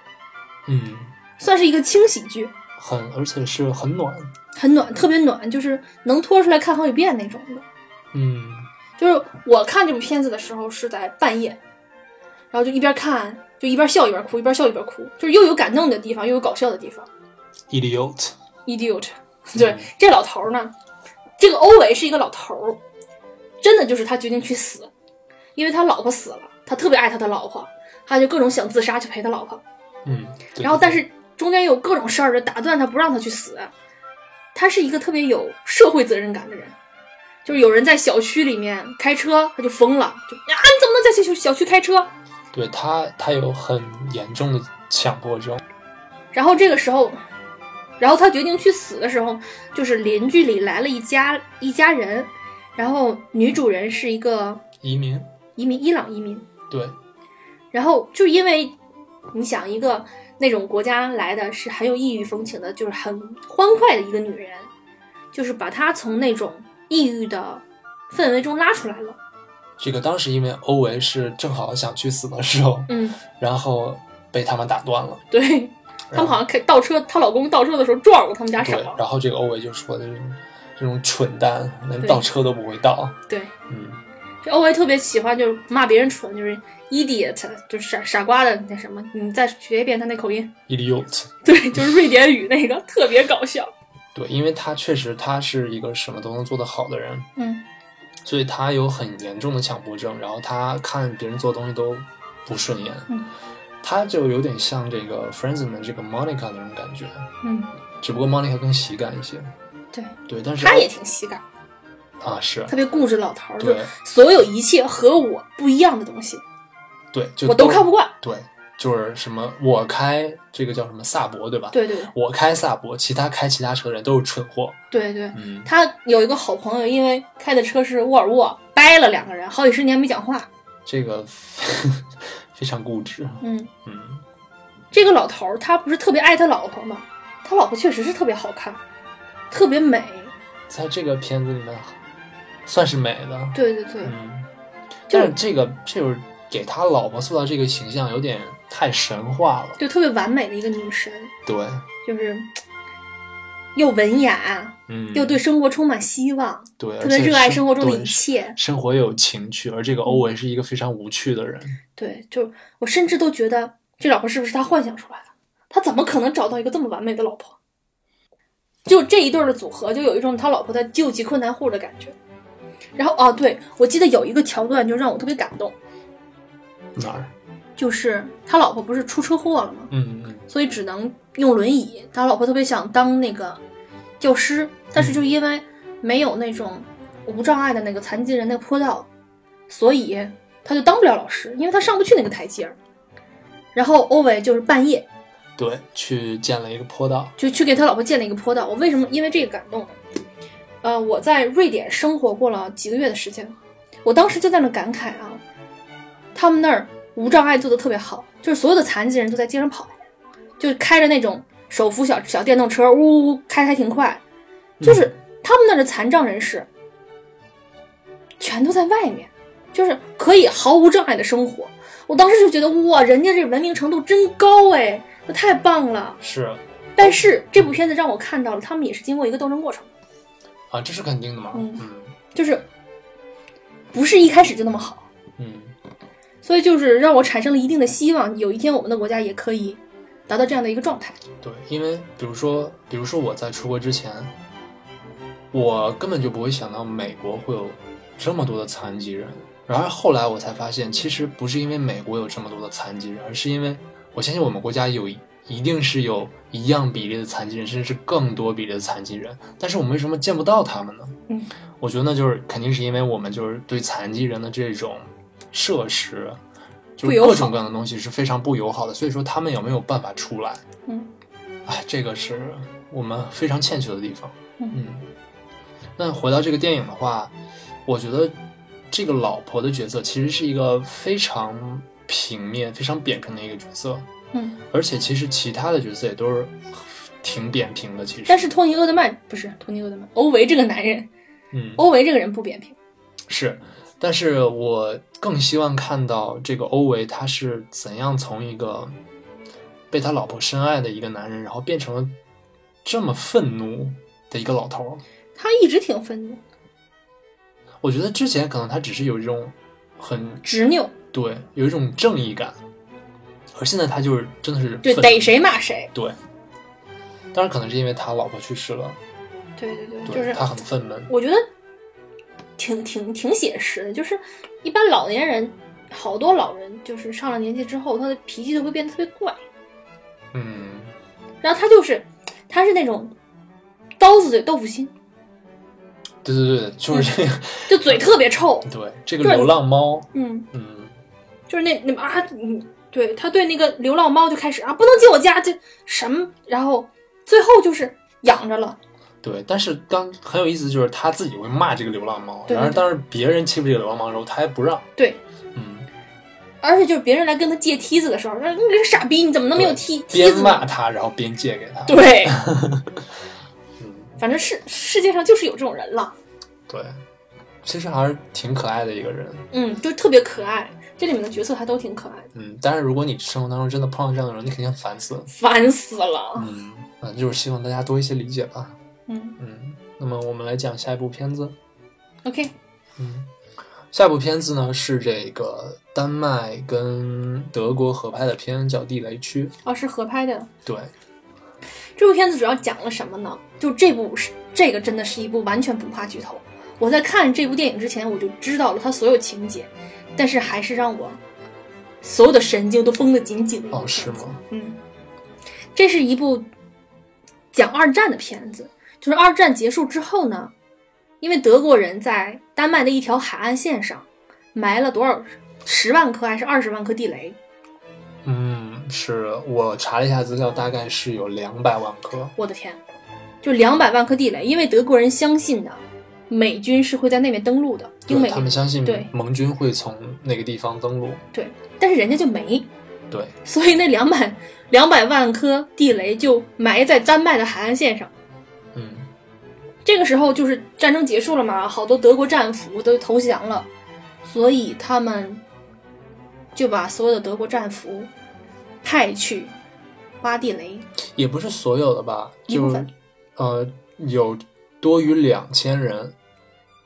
Speaker 2: 嗯，
Speaker 3: 算是一个轻喜剧，
Speaker 2: 很而且是很暖。
Speaker 3: 很暖，特别暖，就是能拖出来看好几遍那种的。
Speaker 2: 嗯
Speaker 3: 就是我看这部片子的时候是在半夜，然后就一边看就一边笑一边哭，一边笑一边哭，就是又有感动的地方，又有搞笑的地方。
Speaker 2: ，idiot。
Speaker 3: Idiot，对、
Speaker 2: 嗯
Speaker 3: 这老头儿呢，这个欧维是一个老头儿，真的就是他决定去死，因为他老婆死了，他特别爱他的老婆，他就各种想自杀去陪他老婆，
Speaker 2: 嗯，对
Speaker 3: 然后但是中间有各种事儿就打断他，不让他去死。他是一个特别有社会责任感的人，就是有人在小区里面开车，他就疯了，就啊你怎么能在小区小区开车？
Speaker 2: 对他他有很严重的强迫症。
Speaker 3: 然后这个时候，然后他决定去死的时候，就是邻居里来了一家一家人，然后女主人是一个
Speaker 2: 移民，
Speaker 3: 移民伊朗移民，
Speaker 2: 对，
Speaker 3: 然后就因为你想一个那种国家来的是很有异域风情的，就是很欢快的一个女人，就是把她从那种抑郁的氛围中拉出来了。
Speaker 2: 这个当时因为欧维是正好想去死的时候，
Speaker 3: 嗯，
Speaker 2: 然后被他们打断了。
Speaker 3: 对他们好像开倒车，她老公倒车的时候撞过他们家
Speaker 2: 对，
Speaker 3: 手。
Speaker 2: 然后这个欧维就说的这种这种蠢蛋，连
Speaker 3: 对
Speaker 2: 倒车都不会倒。
Speaker 3: 对，
Speaker 2: 嗯，
Speaker 3: 这欧维特别喜欢就是骂别人蠢，就是 idiot，就是傻傻瓜的那什么。你再学一遍他那口音，
Speaker 2: idiot。
Speaker 3: 对，就是瑞典语那个，特别搞笑。
Speaker 2: 对，因为他确实他是一个什么都能做得好的人，
Speaker 3: 嗯，
Speaker 2: 所以他有很严重的强迫症，然后他看别人做东西都不顺眼。
Speaker 3: 嗯
Speaker 2: 他就有点像这个 Friendsman 这个 Monica 那种感觉，
Speaker 3: 嗯，
Speaker 2: 只不过 Monica 更喜感一些。
Speaker 3: 对，
Speaker 2: 对，但是
Speaker 3: 他也挺喜感，
Speaker 2: 啊是
Speaker 3: 特别固执老头儿，就
Speaker 2: 对
Speaker 3: 所有一切和我不一样的东西，
Speaker 2: 对，就
Speaker 3: 我都看不惯。
Speaker 2: 对，就是什么我开这个叫什么萨博对吧？，
Speaker 3: 对对
Speaker 2: 我开萨博，其他开其他车的人都是蠢货。
Speaker 3: 对对，
Speaker 2: 嗯，
Speaker 3: 他有一个好朋友，因为开的车是沃尔沃，掰了两个人，好几十年没讲话。
Speaker 2: 这个 非常固执。
Speaker 3: 嗯，
Speaker 2: 嗯，
Speaker 3: 这个老头儿他不是特别爱他老婆吗？他老婆确实是特别好看，特别美。
Speaker 2: 在这个片子里面算是美的。
Speaker 3: 对对对，
Speaker 2: 嗯，
Speaker 3: 就
Speaker 2: 但是这个这就是给他老婆塑造这个形象有点太神话了。
Speaker 3: 就特别完美的一个女神，
Speaker 2: 对，
Speaker 3: 就是嘖又文雅，
Speaker 2: 嗯，
Speaker 3: 又对生活充满希望，
Speaker 2: 对，
Speaker 3: 特别
Speaker 2: 而且
Speaker 3: 热爱
Speaker 2: 生
Speaker 3: 生活中的
Speaker 2: 对
Speaker 3: 一嗯切。
Speaker 2: 生活又有情趣，而这个欧文是一个非常无趣的人。
Speaker 3: 对，就是我甚至都觉得这老婆是不是他幻想出来的？他怎么可能找到一个这么完美的老婆？就这一对儿的组合，就有一种他老婆在救济困难户的感觉。然后哦，对我记得有一个桥段就让我特别感动，嗯
Speaker 2: 哪儿？
Speaker 3: 就是他老婆不是出车祸了吗？
Speaker 2: 嗯嗯，
Speaker 3: 所以只能用轮椅。他老婆特别想当那个教师，但是就因为没有那种无障碍的那个残疾人那个坡道，所以他就当不了老师，因为他上不去那个台阶儿。然后欧伟就是半夜
Speaker 2: 对，去建了一个坡道。
Speaker 3: 就去给他老婆建了一个坡道。我为什么因为这个感动呢？呃，我在瑞典生活过了几个月的时间，我当时就在那感慨啊，他们那儿无障碍做的特别好，就是所有的残疾人都在街上跑，就是开着那种手扶小小电动车，呜呜呜开还挺快，
Speaker 2: 嗯
Speaker 3: 就是他们那儿的残障人士全都在外面，就是可以毫无障碍的生活。我当时就觉得哇，人家这文明程度真高哎，那太棒了。
Speaker 2: 是
Speaker 3: 但是这部片子让我看到了，他们也是经过一个斗争过程，
Speaker 2: 啊，这是肯定的嘛。
Speaker 3: 嗯
Speaker 2: 嗯
Speaker 3: 就是不是一开始就那么好，
Speaker 2: 嗯
Speaker 3: 所以就是让我产生了一定的希望，有一天我们的国家也可以达到这样的一个状态。
Speaker 2: 对，因为比如说，比如说我在出国之前，我根本就不会想到美国会有这么多的残疾人。然而后来我才发现，其实不是因为美国有这么多的残疾人，而是因为我相信我们国家有一定是有一样比例的残疾人，甚至是更多比例的残疾人。但是我们为什么见不到他们呢？
Speaker 3: 嗯，
Speaker 2: 我觉得那就是肯定是因为我们就是对残疾人的这种设施，就
Speaker 3: 不
Speaker 2: 是
Speaker 3: 友
Speaker 2: 各种
Speaker 3: 好
Speaker 2: 各样的东西是非常不友好的，所以说他们也没有办法出来。
Speaker 3: 嗯，
Speaker 2: 哎，这个是我们非常欠缺的地方。
Speaker 3: 嗯
Speaker 2: 那回到这个电影的话，我觉得这个老婆的角色其实是一个非常平面、非常扁平的一个角色，
Speaker 3: 嗯，
Speaker 2: 而且其实其他的角色也都是挺扁平的。其实，
Speaker 3: 但是托尼·厄德曼不是托尼·厄德曼，欧维这个男人，
Speaker 2: 嗯，
Speaker 3: 欧维这个人不扁平。
Speaker 2: 是，但是我更希望看到这个欧维他是怎样从一个被他老婆深爱的一个男人，然后变成了这么愤怒的一个老头儿。
Speaker 3: 他一直挺愤怒、
Speaker 2: 我觉得之前可能他只是有一种很
Speaker 3: 执拗，
Speaker 2: 对，有一种正义感，而现在他就是真的是
Speaker 3: 对，
Speaker 2: 愤
Speaker 3: 逮谁骂谁。
Speaker 2: 对。当然，可能是因为他老婆去世了，
Speaker 3: 对对对，
Speaker 2: 对
Speaker 3: 就是
Speaker 2: 他很愤懑。
Speaker 3: 我觉得挺挺挺写实的，就是一般老年人，好多老人就是上了年纪之后，他的脾气都会变得特别怪，
Speaker 2: 嗯，
Speaker 3: 然后他就是他是那种刀子嘴豆腐心，
Speaker 2: 对对 对，就是这个，
Speaker 3: 就嘴特别臭，
Speaker 2: 对这个
Speaker 3: 对
Speaker 2: 流浪猫，
Speaker 3: 嗯，
Speaker 2: 嗯，
Speaker 3: 就是那那啊，嗯，对他对那个流浪猫就开始啊，不能进我家，这什么，然后最后就是养着了，
Speaker 2: 对，但是当很有意思，就是他自己会骂这个流浪猫，
Speaker 3: 对
Speaker 2: 然而
Speaker 3: 对
Speaker 2: 当然别人欺负这个流浪猫的时候，他还不让，
Speaker 3: 对，
Speaker 2: 嗯，
Speaker 3: 而且就是别人来跟他借梯子的时候，说你这个傻逼，你怎么能没有梯梯
Speaker 2: 边
Speaker 3: 子呢？
Speaker 2: 骂他，然后边借给他，
Speaker 3: 对，
Speaker 2: 嗯，
Speaker 3: 反正世世界上就是有这种人了，
Speaker 2: 对，其实还是挺可爱的一个人，
Speaker 3: 嗯，就特别可爱。这里面的角色还都挺可爱的，
Speaker 2: 嗯，但是如果你生活当中真的碰到这样的人，你肯定烦死了，
Speaker 3: 烦死了。
Speaker 2: 嗯，啊，就是希望大家多一些理解吧，
Speaker 3: 嗯
Speaker 2: 嗯，那么我们来讲下一部片子，
Speaker 3: ，OK，
Speaker 2: 嗯，下部片子呢是这个丹麦跟德国合拍的片，叫《地雷区》，
Speaker 3: 哦，是合拍的。
Speaker 2: 对，
Speaker 3: 这部片子主要讲了什么呢？就这部是这个真的是一部完全不怕剧透。我在看这部电影之前我就知道了它所有情节，但是还是让我所有的神经都绷得紧紧的一部
Speaker 2: 哦，
Speaker 3: 片
Speaker 2: 是
Speaker 3: 子。
Speaker 2: 吗？
Speaker 3: 嗯，这是一部讲二战的片子，就是二战结束之后呢，因为德国人在丹麦的一条海岸线上埋了多少十万颗还是二十万颗地雷，
Speaker 2: 嗯，是我查了一下资料，大概是有两百万颗。
Speaker 3: 我的天，就两百万颗地雷，因为德国人相信呢，美军是会在那边登陆的，英
Speaker 2: 对，
Speaker 3: 美
Speaker 2: 他，们相信
Speaker 3: 对
Speaker 2: 盟军会从那个地方登陆。
Speaker 3: 但是人家就没，
Speaker 2: 对，
Speaker 3: 所以那两百两百万颗地雷就埋在丹麦的海岸线上。
Speaker 2: 嗯，
Speaker 3: 这个时候就是战争结束了嘛，好多德国战俘都投降了，所以他们就把所有的德国战俘派去挖地雷，
Speaker 2: 也不是所有的吧，
Speaker 3: 一部
Speaker 2: 就
Speaker 3: 分
Speaker 2: 呃有多于两千人，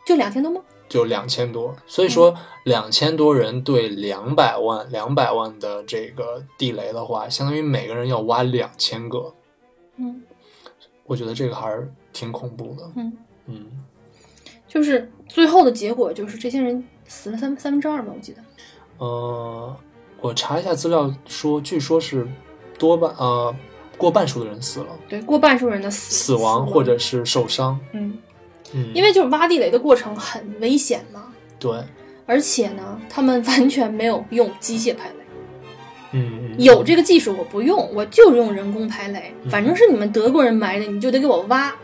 Speaker 3: 就两千多吗？
Speaker 2: 就两千多。所以
Speaker 3: 嗯
Speaker 2: 说，两千多人对两百万两百万的这个地雷的话，相当于每个人要挖两千个。
Speaker 3: 嗯，
Speaker 2: 我觉得这个还是挺恐怖的。
Speaker 3: 嗯
Speaker 2: 嗯，
Speaker 3: 就是最后的结果就是这些人死了三三分之二吧，我记得。
Speaker 2: 呃，我查一下资料说，据说是多半呃过半数的人死了，
Speaker 3: 对，过半数人的死
Speaker 2: 死亡或者是受伤。
Speaker 3: 嗯，
Speaker 2: 嗯，
Speaker 3: 因为就是挖地雷的过程很危险嘛，
Speaker 2: 对，
Speaker 3: 而且呢，他们完全没有用机械排雷，
Speaker 2: 嗯，嗯嗯
Speaker 3: 有这个技术我不用，我就用人工排雷，反正是你们德国人埋的，你就得给我挖。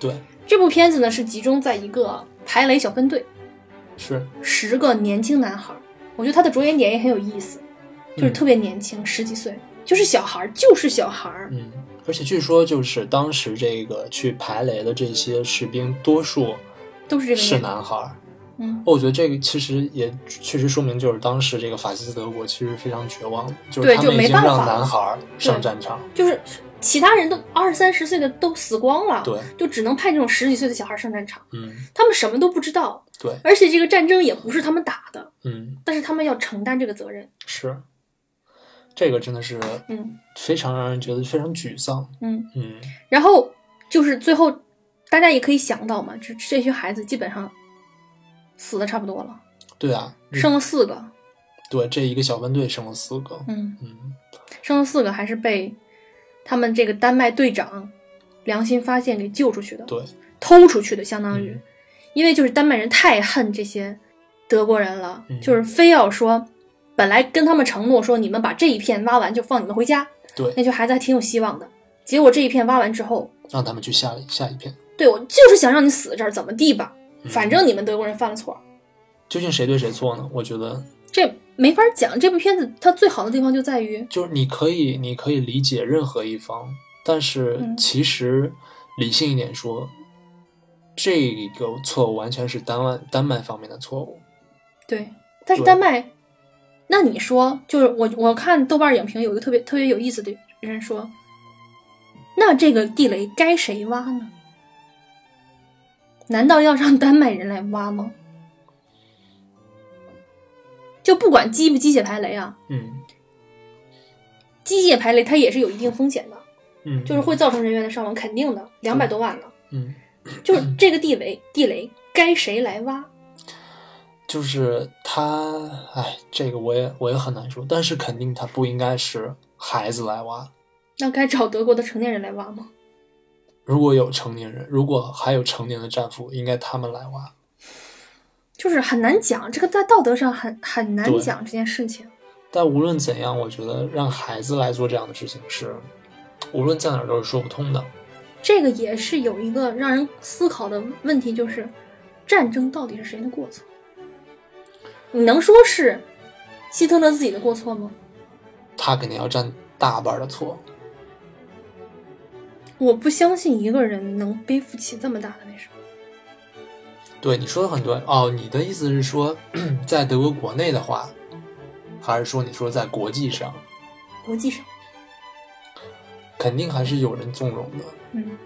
Speaker 2: 对
Speaker 3: 这部片子呢是集中在一个排雷小分队，
Speaker 2: 是，
Speaker 3: 十个年轻男孩儿，我觉得他的着眼点也很有意思，就是
Speaker 2: 嗯
Speaker 3: 特别年轻，十几岁，就是小孩儿，就是小孩儿，
Speaker 2: 嗯，而且据说就是当时这个去排雷的这些士兵，多数
Speaker 3: 都是这个
Speaker 2: 是
Speaker 3: 年
Speaker 2: 男孩儿。
Speaker 3: 嗯，
Speaker 2: 我觉得这个其实也确实说明，就是当时这个法西斯德国其实非常绝望，就是
Speaker 3: 对
Speaker 2: 他
Speaker 3: 就
Speaker 2: 们已
Speaker 3: 没
Speaker 2: 经
Speaker 3: 办
Speaker 2: 让
Speaker 3: 法
Speaker 2: 男
Speaker 3: 了
Speaker 2: 孩儿上
Speaker 3: 对
Speaker 2: 战场。
Speaker 3: 就是其他人都二三十岁的都死光了，
Speaker 2: 对，
Speaker 3: 就只能派这种十几岁的小孩上战场，
Speaker 2: 嗯，
Speaker 3: 他们什么都不知道，
Speaker 2: 对，
Speaker 3: 而且这个战争也不是他们打的，
Speaker 2: 嗯，
Speaker 3: 但是他们要承担这个责任。
Speaker 2: 是，这个真的是
Speaker 3: 嗯
Speaker 2: 非常让人觉得非常沮丧。
Speaker 3: 嗯，
Speaker 2: 嗯，
Speaker 3: 然后就是最后，大家也可以想到嘛，这这些孩子基本上死的差不多了，
Speaker 2: 对啊，
Speaker 3: 剩了四个，
Speaker 2: 对这一个小分队生了四个，
Speaker 3: 嗯，
Speaker 2: 嗯，
Speaker 3: 剩了四个还是被他们这个丹麦队长良心发现给救出去的，
Speaker 2: 对，
Speaker 3: 偷出去的，相当于，
Speaker 2: 嗯
Speaker 3: 因为就是丹麦人太恨这些德国人了，
Speaker 2: 嗯
Speaker 3: 就是非要说，本来跟他们承诺说你们把这一片挖完就放你们回家，
Speaker 2: 对，
Speaker 3: 那就孩子还挺有希望的。结果这一片挖完之后，
Speaker 2: 让他们去下一下一片。
Speaker 3: 对我就是想让你死这儿，怎么地吧，
Speaker 2: 嗯
Speaker 3: 反正你们德国人犯了错，
Speaker 2: 究竟谁对谁错呢？我觉得
Speaker 3: 这没法讲。这部片子它最好的地方就在于，
Speaker 2: 就是你可以，你可以理解任何一方，但是
Speaker 3: 嗯
Speaker 2: 其实理性一点说，这个错误完全是丹麦丹麦方面的错误。
Speaker 3: 对，但是
Speaker 2: 对
Speaker 3: 丹麦，那你说，就是我我看豆瓣影评有一个特别特别有意思的人说，那这个地雷该谁挖呢？难道要让丹麦人来挖吗？就不管机不机械排雷啊，
Speaker 2: 嗯
Speaker 3: 机械排雷它也是有一定风险的，
Speaker 2: 嗯，
Speaker 3: 就是会造成人员的伤亡，肯定的，两百多万了。
Speaker 2: 嗯，
Speaker 3: 就是这个地雷，地雷该谁来挖？
Speaker 2: 就是他，哎，这个我也我也很难说，但是肯定他不应该是孩子来挖。
Speaker 3: 那该找德国的成年人来挖吗？
Speaker 2: 如果有成年人，如果还有成年的战俘，应该他们来挖。
Speaker 3: 就是很难讲，这个在道德上很很难
Speaker 2: 对
Speaker 3: 讲这件事情。
Speaker 2: 但无论怎样，我觉得让孩子来做这样的事情是，无论在哪儿都是说不通的。
Speaker 3: 这个也是有一个让人思考的问题，就是战争到底是谁的过错？你能说是希特勒自己的过错吗？
Speaker 2: 他肯定要占大半儿的错。
Speaker 3: 我不相信一个人能背负起这么大的那什么。
Speaker 2: 对，你说的很对哦。你的意思是说， 在德国国内的话，还是说你说在国际上，
Speaker 3: 国际上，
Speaker 2: 肯定还是有人纵容的。
Speaker 3: 嗯，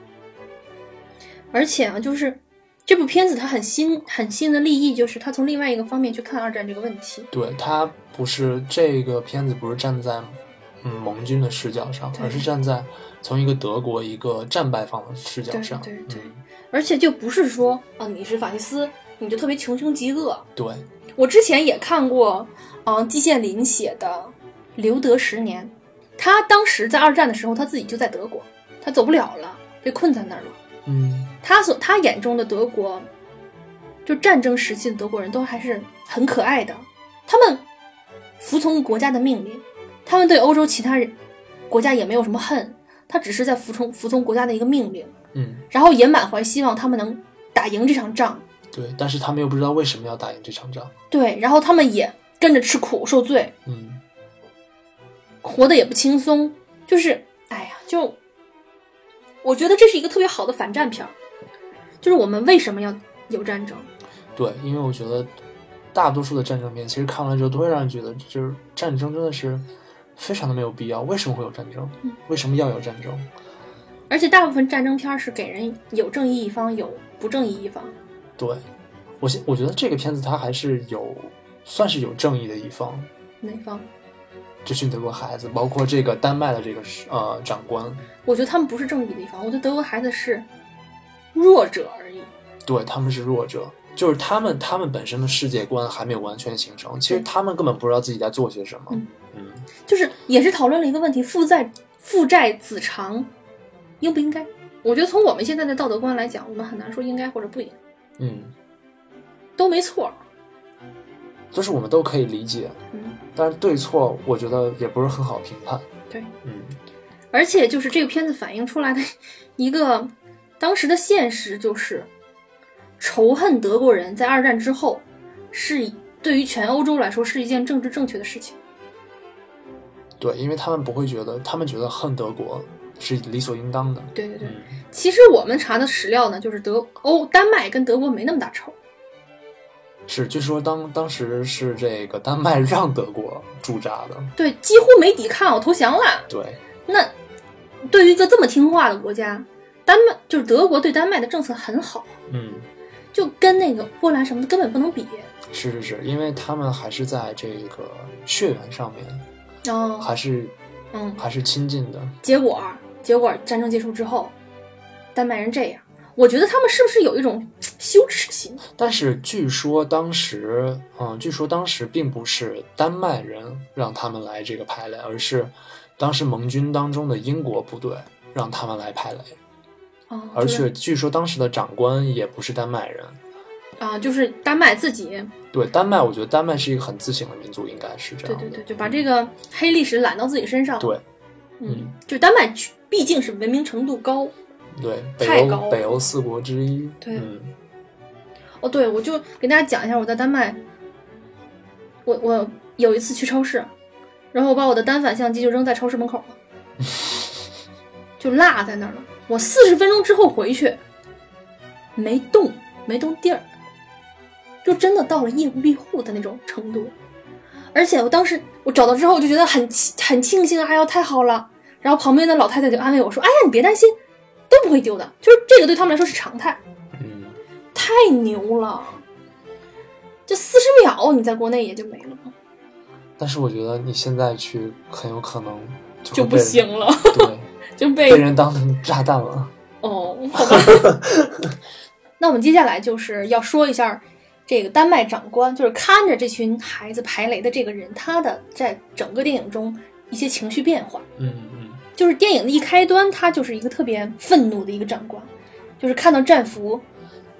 Speaker 3: 而且啊，就是这部片子它很新，很新的立意就是它从另外一个方面去看二战这个问题。
Speaker 2: 对他不是这个片子不是站在嗯盟军的视角上，
Speaker 3: 对
Speaker 2: 而是站在从一个德国一个战败方的视角
Speaker 3: 对
Speaker 2: 上。
Speaker 3: 对对
Speaker 2: 嗯、
Speaker 3: 而且就不是说啊，你是法西斯，你就特别穷凶极恶。
Speaker 2: 对，
Speaker 3: 我之前也看过，嗯、季羡林写的《留德十年》，他当时在二战的时候，他自己就在德国，他走不了了，被困在那儿了。
Speaker 2: 嗯，
Speaker 3: 他所他眼中的德国，就战争时期的德国人都还是很可爱的，他们服从国家的命令，他们对欧洲其他人国家也没有什么恨，他只是在服从服从国家的一个命令，
Speaker 2: 嗯，
Speaker 3: 然后也满怀希望他们能打赢这场仗，
Speaker 2: 对，但是他们又不知道为什么要打赢这场仗。
Speaker 3: 对，然后他们也跟着吃苦受罪，
Speaker 2: 嗯，
Speaker 3: 活得也不轻松，就是哎呀，就我觉得这是一个特别好的反战片儿，就是我们为什么要有战争？
Speaker 2: 对，因为我觉得大多数的战争片其实看完之后都会让人觉得，就是战争真的是非常的没有必要。为什么会有战争？
Speaker 3: 嗯
Speaker 2: 为什么要有战争？
Speaker 3: 而且大部分战争片儿是给人有正义一方，有不正义一方。
Speaker 2: 对我现我觉得这个片子它还是有算是有正义的一方，
Speaker 3: 哪方？
Speaker 2: 这群德国孩子，包括这个丹麦的这个呃长官，
Speaker 3: 我觉得他们不是正义的一方，我觉得德国孩子是弱者而已。
Speaker 2: 对他们是弱者，就是他们他们本身的世界观还没有完全形成，其实
Speaker 3: 对
Speaker 2: 他们根本不知道自己在做些什么。
Speaker 3: 嗯
Speaker 2: 嗯，
Speaker 3: 就是也是讨论了一个问题：父债父债子偿，应不应该？我觉得从我们现在的道德观来讲，我们很难说应该或者不应该，
Speaker 2: 嗯，
Speaker 3: 都没错儿。
Speaker 2: 就是我们都可以理解，
Speaker 3: 嗯，
Speaker 2: 但是对错我觉得也不是很好评判。
Speaker 3: 对，
Speaker 2: 嗯，
Speaker 3: 而且就是这个片子反映出来的 一个当时的现实，就是仇恨德国人在二战之后是对于全欧洲来说是一件政治正确的事情。
Speaker 2: 对，因为他们不会觉得，他们觉得恨德国是理所应当的。
Speaker 3: 对对对，
Speaker 2: 嗯，
Speaker 3: 其实我们查的史料呢，就是德欧丹麦跟德国没那么大仇，
Speaker 2: 是，据说当当时是这个丹麦让德国驻扎的。
Speaker 3: 对，几乎没抵抗，我投降了。
Speaker 2: 对，
Speaker 3: 那对于一个这么听话的国家，丹麦就是德国对丹麦的政策很好，
Speaker 2: 嗯，
Speaker 3: 就跟那个波兰什么的根本不能比。
Speaker 2: 是是是，因为他们还是在这个血缘上面
Speaker 3: 哦，
Speaker 2: 还是
Speaker 3: 嗯，
Speaker 2: 还是亲近的。
Speaker 3: 结果结果战争结束之后，丹麦人这样，我觉得他们是不是有一种嘖羞耻心？
Speaker 2: 但是据说当时，嗯，据说当时并不是丹麦人让他们来这个排雷，而是当时盟军当中的英国部队让他们来排雷，
Speaker 3: 哦，
Speaker 2: 而
Speaker 3: 就是
Speaker 2: 且据说当时的长官也不是丹麦人。
Speaker 3: 啊、就是丹麦自己，
Speaker 2: 对，丹麦，我觉得丹麦是一个很自省的民族，应该是这
Speaker 3: 对
Speaker 2: 样的。
Speaker 3: 对对，就把这个黑历史揽到自己身上。
Speaker 2: 对
Speaker 3: 嗯，就丹麦去毕竟是文明程度高。
Speaker 2: 对
Speaker 3: 太
Speaker 2: 北
Speaker 3: 高
Speaker 2: 欧
Speaker 3: 了
Speaker 2: 北欧四国之一。
Speaker 3: 对
Speaker 2: 嗯，
Speaker 3: 哦，对，我就给大家讲一下我在丹麦，我我有一次去超市，然后我把我的单反相机就扔在超市门口了， 就落在那儿了。我四十分钟之后回去，没动，没动地儿，就真的到了夜不闭户的那种程度。而且我当时我找到之后，我就觉得很庆很庆幸，哎呦太好了。然后旁边的老太太就安慰我说：“哎呀，你别担心，都不会丢的，就是这个对他们来说是常态。”
Speaker 2: 嗯，
Speaker 3: 太牛了！这四十秒你在国内也就没了吗？
Speaker 2: 但是我觉得你现在去很有可能就
Speaker 3: 就
Speaker 2: 会
Speaker 3: 不
Speaker 2: 被人
Speaker 3: 行，了，
Speaker 2: 对，
Speaker 3: 就
Speaker 2: 被
Speaker 3: 被
Speaker 2: 人当成炸弹了。
Speaker 3: 哦，好吧。 那我们接下来就是要说一下这个丹麦长官，就是看着这群孩子排雷的这个人，他的在整个电影中一些情绪变化。
Speaker 2: 嗯嗯，
Speaker 3: 就是电影的一开端，他就是一个特别愤怒的一个长官，就是看到战俘，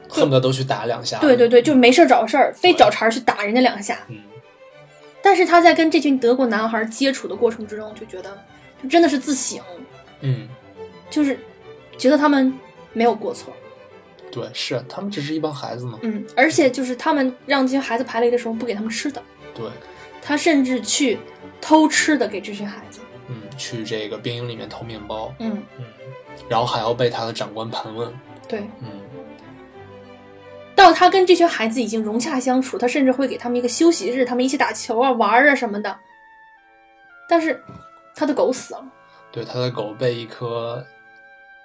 Speaker 2: 恨不得都去打两下。
Speaker 3: 对对对，就没事儿找事儿，非找茬儿去打人家两下。
Speaker 2: 嗯，
Speaker 3: 但是他在跟这群德国男孩接触的过程之中，就觉得就真的是自省，
Speaker 2: 嗯，
Speaker 3: 就是觉得他们没有过错，
Speaker 2: 对，是他们只是一帮孩子嘛，
Speaker 3: 嗯，而且就是他们让这些孩子排雷的时候不给他们吃的，
Speaker 2: 对，
Speaker 3: 他甚至去偷吃的给这群孩子，
Speaker 2: 嗯，去这个兵营里面偷面包，
Speaker 3: 嗯，
Speaker 2: 嗯，然后还要被他的长官盘问，
Speaker 3: 对，
Speaker 2: 嗯，
Speaker 3: 到他跟这群孩子已经融洽相处，他甚至会给他们一个休息日，他们一起打球啊、玩儿啊什么的。但是他的狗死了，
Speaker 2: 对，他的狗被一颗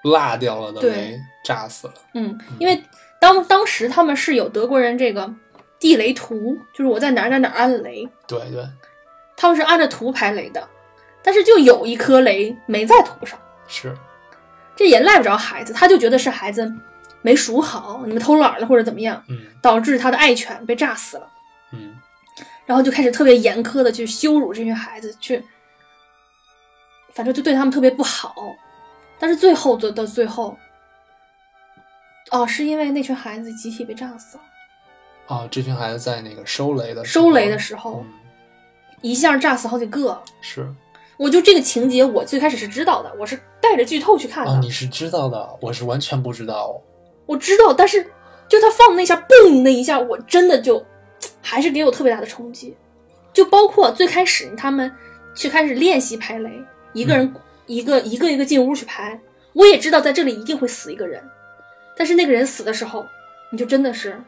Speaker 2: 落掉了的
Speaker 3: 对
Speaker 2: 雷炸死了，
Speaker 3: 嗯，因为当当时他们是有德国人这个地雷图，就是我在哪儿哪儿哪儿安雷，
Speaker 2: 对对，
Speaker 3: 他们是按照图排雷的，但是就有一颗雷没在图上，
Speaker 2: 是，
Speaker 3: 这也赖不着孩子，他就觉得是孩子没数好，你们偷懒了或者怎么样，
Speaker 2: 嗯
Speaker 3: 导致他的爱犬被炸死了。
Speaker 2: 嗯，
Speaker 3: 然后就开始特别严苛的去羞辱这群孩子，去，反正就对他们特别不好。但是最后的到最后，哦，是因为那群孩子集体被炸死了。
Speaker 2: 啊，这群孩子在那个收雷的时候
Speaker 3: 收雷的时候，
Speaker 2: 嗯，
Speaker 3: 一下炸死好几个。
Speaker 2: 是
Speaker 3: 我就这个情节，我最开始是知道的，我是带着剧透去看的。
Speaker 2: 啊，你是知道的，我是完全不知道，
Speaker 3: 我知道，但是就他放那下嘣那一下，我真的就还是给我特别大的冲击。就包括最开始他们去开始练习排雷，一个人、
Speaker 2: 嗯
Speaker 3: 一个一个一个进屋去排，我也知道在这里一定会死一个人，但是那个人死的时候，你就真的是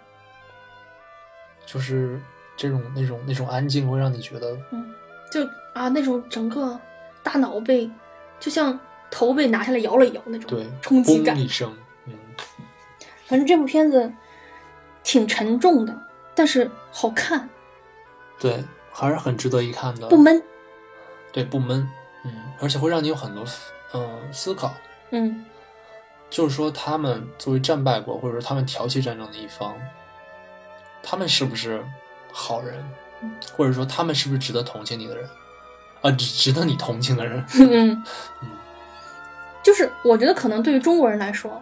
Speaker 2: 就是这种那种那种安静会让你觉得，
Speaker 3: 就啊那种整个大脑被就像头被拿下来摇了摇那种
Speaker 2: 对，
Speaker 3: 冲击
Speaker 2: 嘣
Speaker 3: 感。
Speaker 2: 一声，嗯，
Speaker 3: 反正这部片子挺沉重的，但是好看
Speaker 2: 啊对，还是很值得一看的，
Speaker 3: 不闷，
Speaker 2: 对，不闷，嗯，而且会让你有很多思嗯思考，
Speaker 3: 嗯。
Speaker 2: 就是说他们作为战败国，或者说他们挑起战争的一方，他们是不是好人，
Speaker 3: 嗯
Speaker 2: 或者说他们是不是值得同情你的人，啊，值值得你同情的人，
Speaker 3: 嗯，就是我觉得可能对于中国人来说，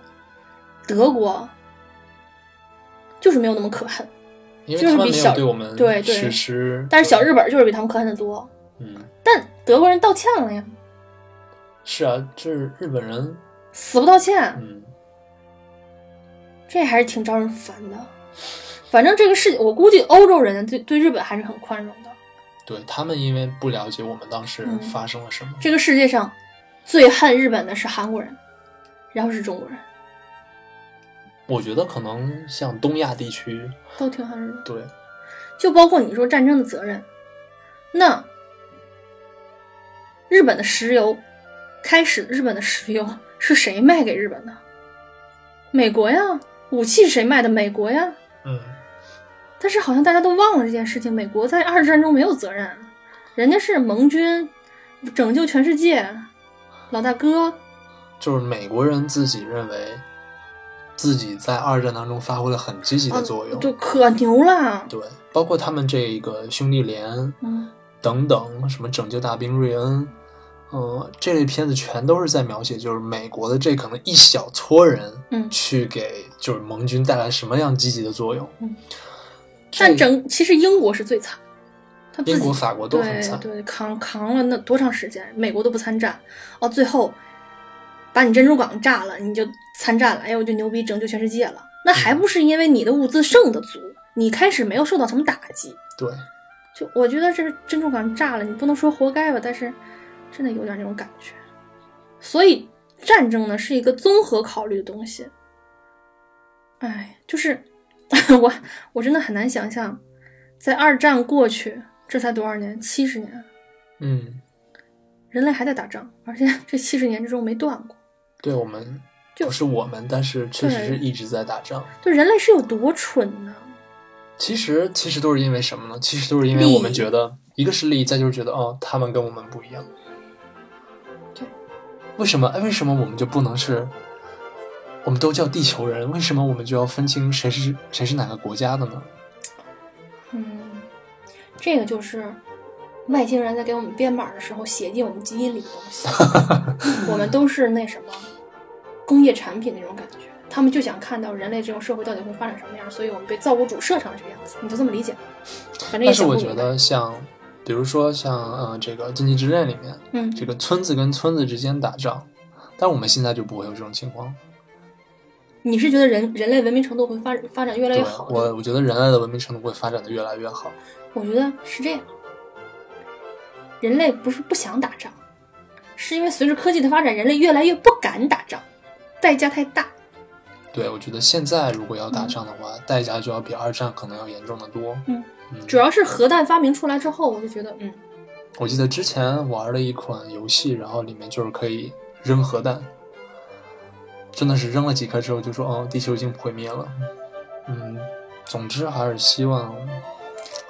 Speaker 3: 德国就是没有那么可恨，
Speaker 2: 因为
Speaker 3: 就是
Speaker 2: 他们
Speaker 3: 比
Speaker 2: 没有
Speaker 3: 小
Speaker 2: 对我们
Speaker 3: 对对
Speaker 2: 实施，
Speaker 3: 但是小日本就是比他们可恨的多。
Speaker 2: 嗯，
Speaker 3: 但德国人道歉了呀，
Speaker 2: 是啊，这是日本人，
Speaker 3: 死不道歉，
Speaker 2: 嗯，
Speaker 3: 这还是挺招人烦的。反正这个事，我估计欧洲人对对日本还是很宽容的。
Speaker 2: 对他们因为不了解我们当时
Speaker 3: 嗯
Speaker 2: 发生了什么，
Speaker 3: 这个世界上最恨日本的是韩国人，然后是中国人，
Speaker 2: 我觉得可能像东亚地区，
Speaker 3: 都挺恨日本。
Speaker 2: 对，
Speaker 3: 就包括你说战争的责任，那日本的石油，开始日本的石油是谁卖给日本的？美国呀，武器是谁卖的？美国呀。
Speaker 2: 嗯，
Speaker 3: 但是好像大家都忘了这件事情，美国在二战中没有责任，人家是盟军，拯救全世界，老大哥。
Speaker 2: 就是美国人自己认为自己在二战当中发挥了很积极的作用，
Speaker 3: 就啊可牛了。
Speaker 2: 对，包括他们这个兄弟连
Speaker 3: 嗯，
Speaker 2: 等等，什么拯救大兵瑞恩，呃，这类片子全都是在描写，就是美国的这可能一小撮人，
Speaker 3: 嗯
Speaker 2: 去给就是盟军带来什么样积极的作用。
Speaker 3: 嗯
Speaker 2: 这
Speaker 3: 但整其实英国是最惨，他自己
Speaker 2: 英国、法国都很惨，
Speaker 3: 对对，扛扛了那多长时间？美国都不参战，哦，最后把你珍珠港炸了，你就参战了，哎呦，我就牛逼，拯救全世界了。那
Speaker 2: 嗯
Speaker 3: 还不是因为你的物资剩的足，你开始没有受到什么打击。
Speaker 2: 对
Speaker 3: 就我觉得这是珍珠港炸了，你不能说活该吧，但是真的有点那种感觉。所以战争呢是一个综合考虑的东西。哎，就是 我我真的很难想象，在二战过去，这才多少年，七十年，
Speaker 2: 嗯，
Speaker 3: 人类还在打仗，而且这七十年之中没断过。
Speaker 2: 对我们
Speaker 3: 就
Speaker 2: 不是我们，但是确实
Speaker 3: 对
Speaker 2: 是一直在打仗。
Speaker 3: 就人类是有多蠢呢？
Speaker 2: 其实其实都是因为什么呢？其实都是因为我们
Speaker 3: 利益
Speaker 2: 觉得，一个是利益，再就是觉得哦，他们跟我们不一样。
Speaker 3: 对，
Speaker 2: 为什么？哎，为什么我们就不能是？我们都叫地球人，为什么我们就要分清谁是谁是哪个国家的呢？
Speaker 3: 嗯，这个就是外星人在给我们编码的时候写进我们基因里的东 西。我们都是那什么工业产品那种感觉，他们就想看到人类这种社会到底会发展什么样，所以我们被造物主设成了这个样子。你就这么理解吧？反正也
Speaker 2: 但是
Speaker 3: 想不
Speaker 2: 我
Speaker 3: 明
Speaker 2: 觉，
Speaker 3: 白
Speaker 2: 得像，比如说像呃这个《禁忌之恋》里面，
Speaker 3: 嗯，
Speaker 2: 这个村子跟村子之间打仗，但我们现在就不会有这种情况。
Speaker 3: 你是觉得人人类文明程度会发发展越来
Speaker 2: 对
Speaker 3: 越好？对吧
Speaker 2: 我我觉得人类的文明程度会发展的越来越好。
Speaker 3: 我觉得是这样，人类不是不想打仗，是因为随着科技的发展，人类越来越不敢打仗，代价太大。
Speaker 2: 对我觉得现在如果要打仗的话，代价就要比二战可能要严重的多。
Speaker 3: 嗯
Speaker 2: 嗯，
Speaker 3: 主要是核弹发明出来之后，我就觉得，嗯，
Speaker 2: 我记得之前玩了一款游戏，然后里面就是可以扔核弹，真的是扔了几颗之后就说，哦，地球已经毁灭了。嗯，总之还是希望，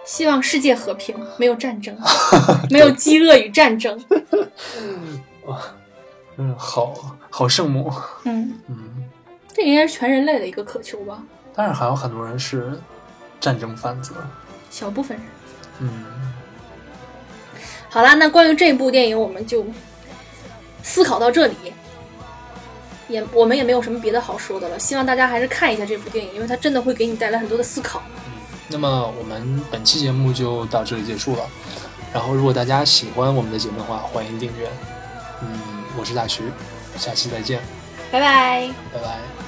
Speaker 3: 希望世界和平，没有战争，没有饥饿与战争。
Speaker 2: 嗯，好好圣母，
Speaker 3: 嗯，
Speaker 2: 嗯，
Speaker 3: 这应该是全人类的一个渴求吧，
Speaker 2: 当然还有很多人是战争贩子，
Speaker 3: 小部分人。
Speaker 2: 嗯。
Speaker 3: 好啦，那关于这部电影，我们就思考到这里，也我们也没有什么别的好说的了。希望大家还是看一下这部电影，因为它真的会给你带来很多的思考。
Speaker 2: 那么我们本期节目就到这里结束了。然后，如果大家喜欢我们的节目的话，欢迎订阅。嗯，我是大徐，下期再见，
Speaker 3: 拜拜。
Speaker 2: 拜拜。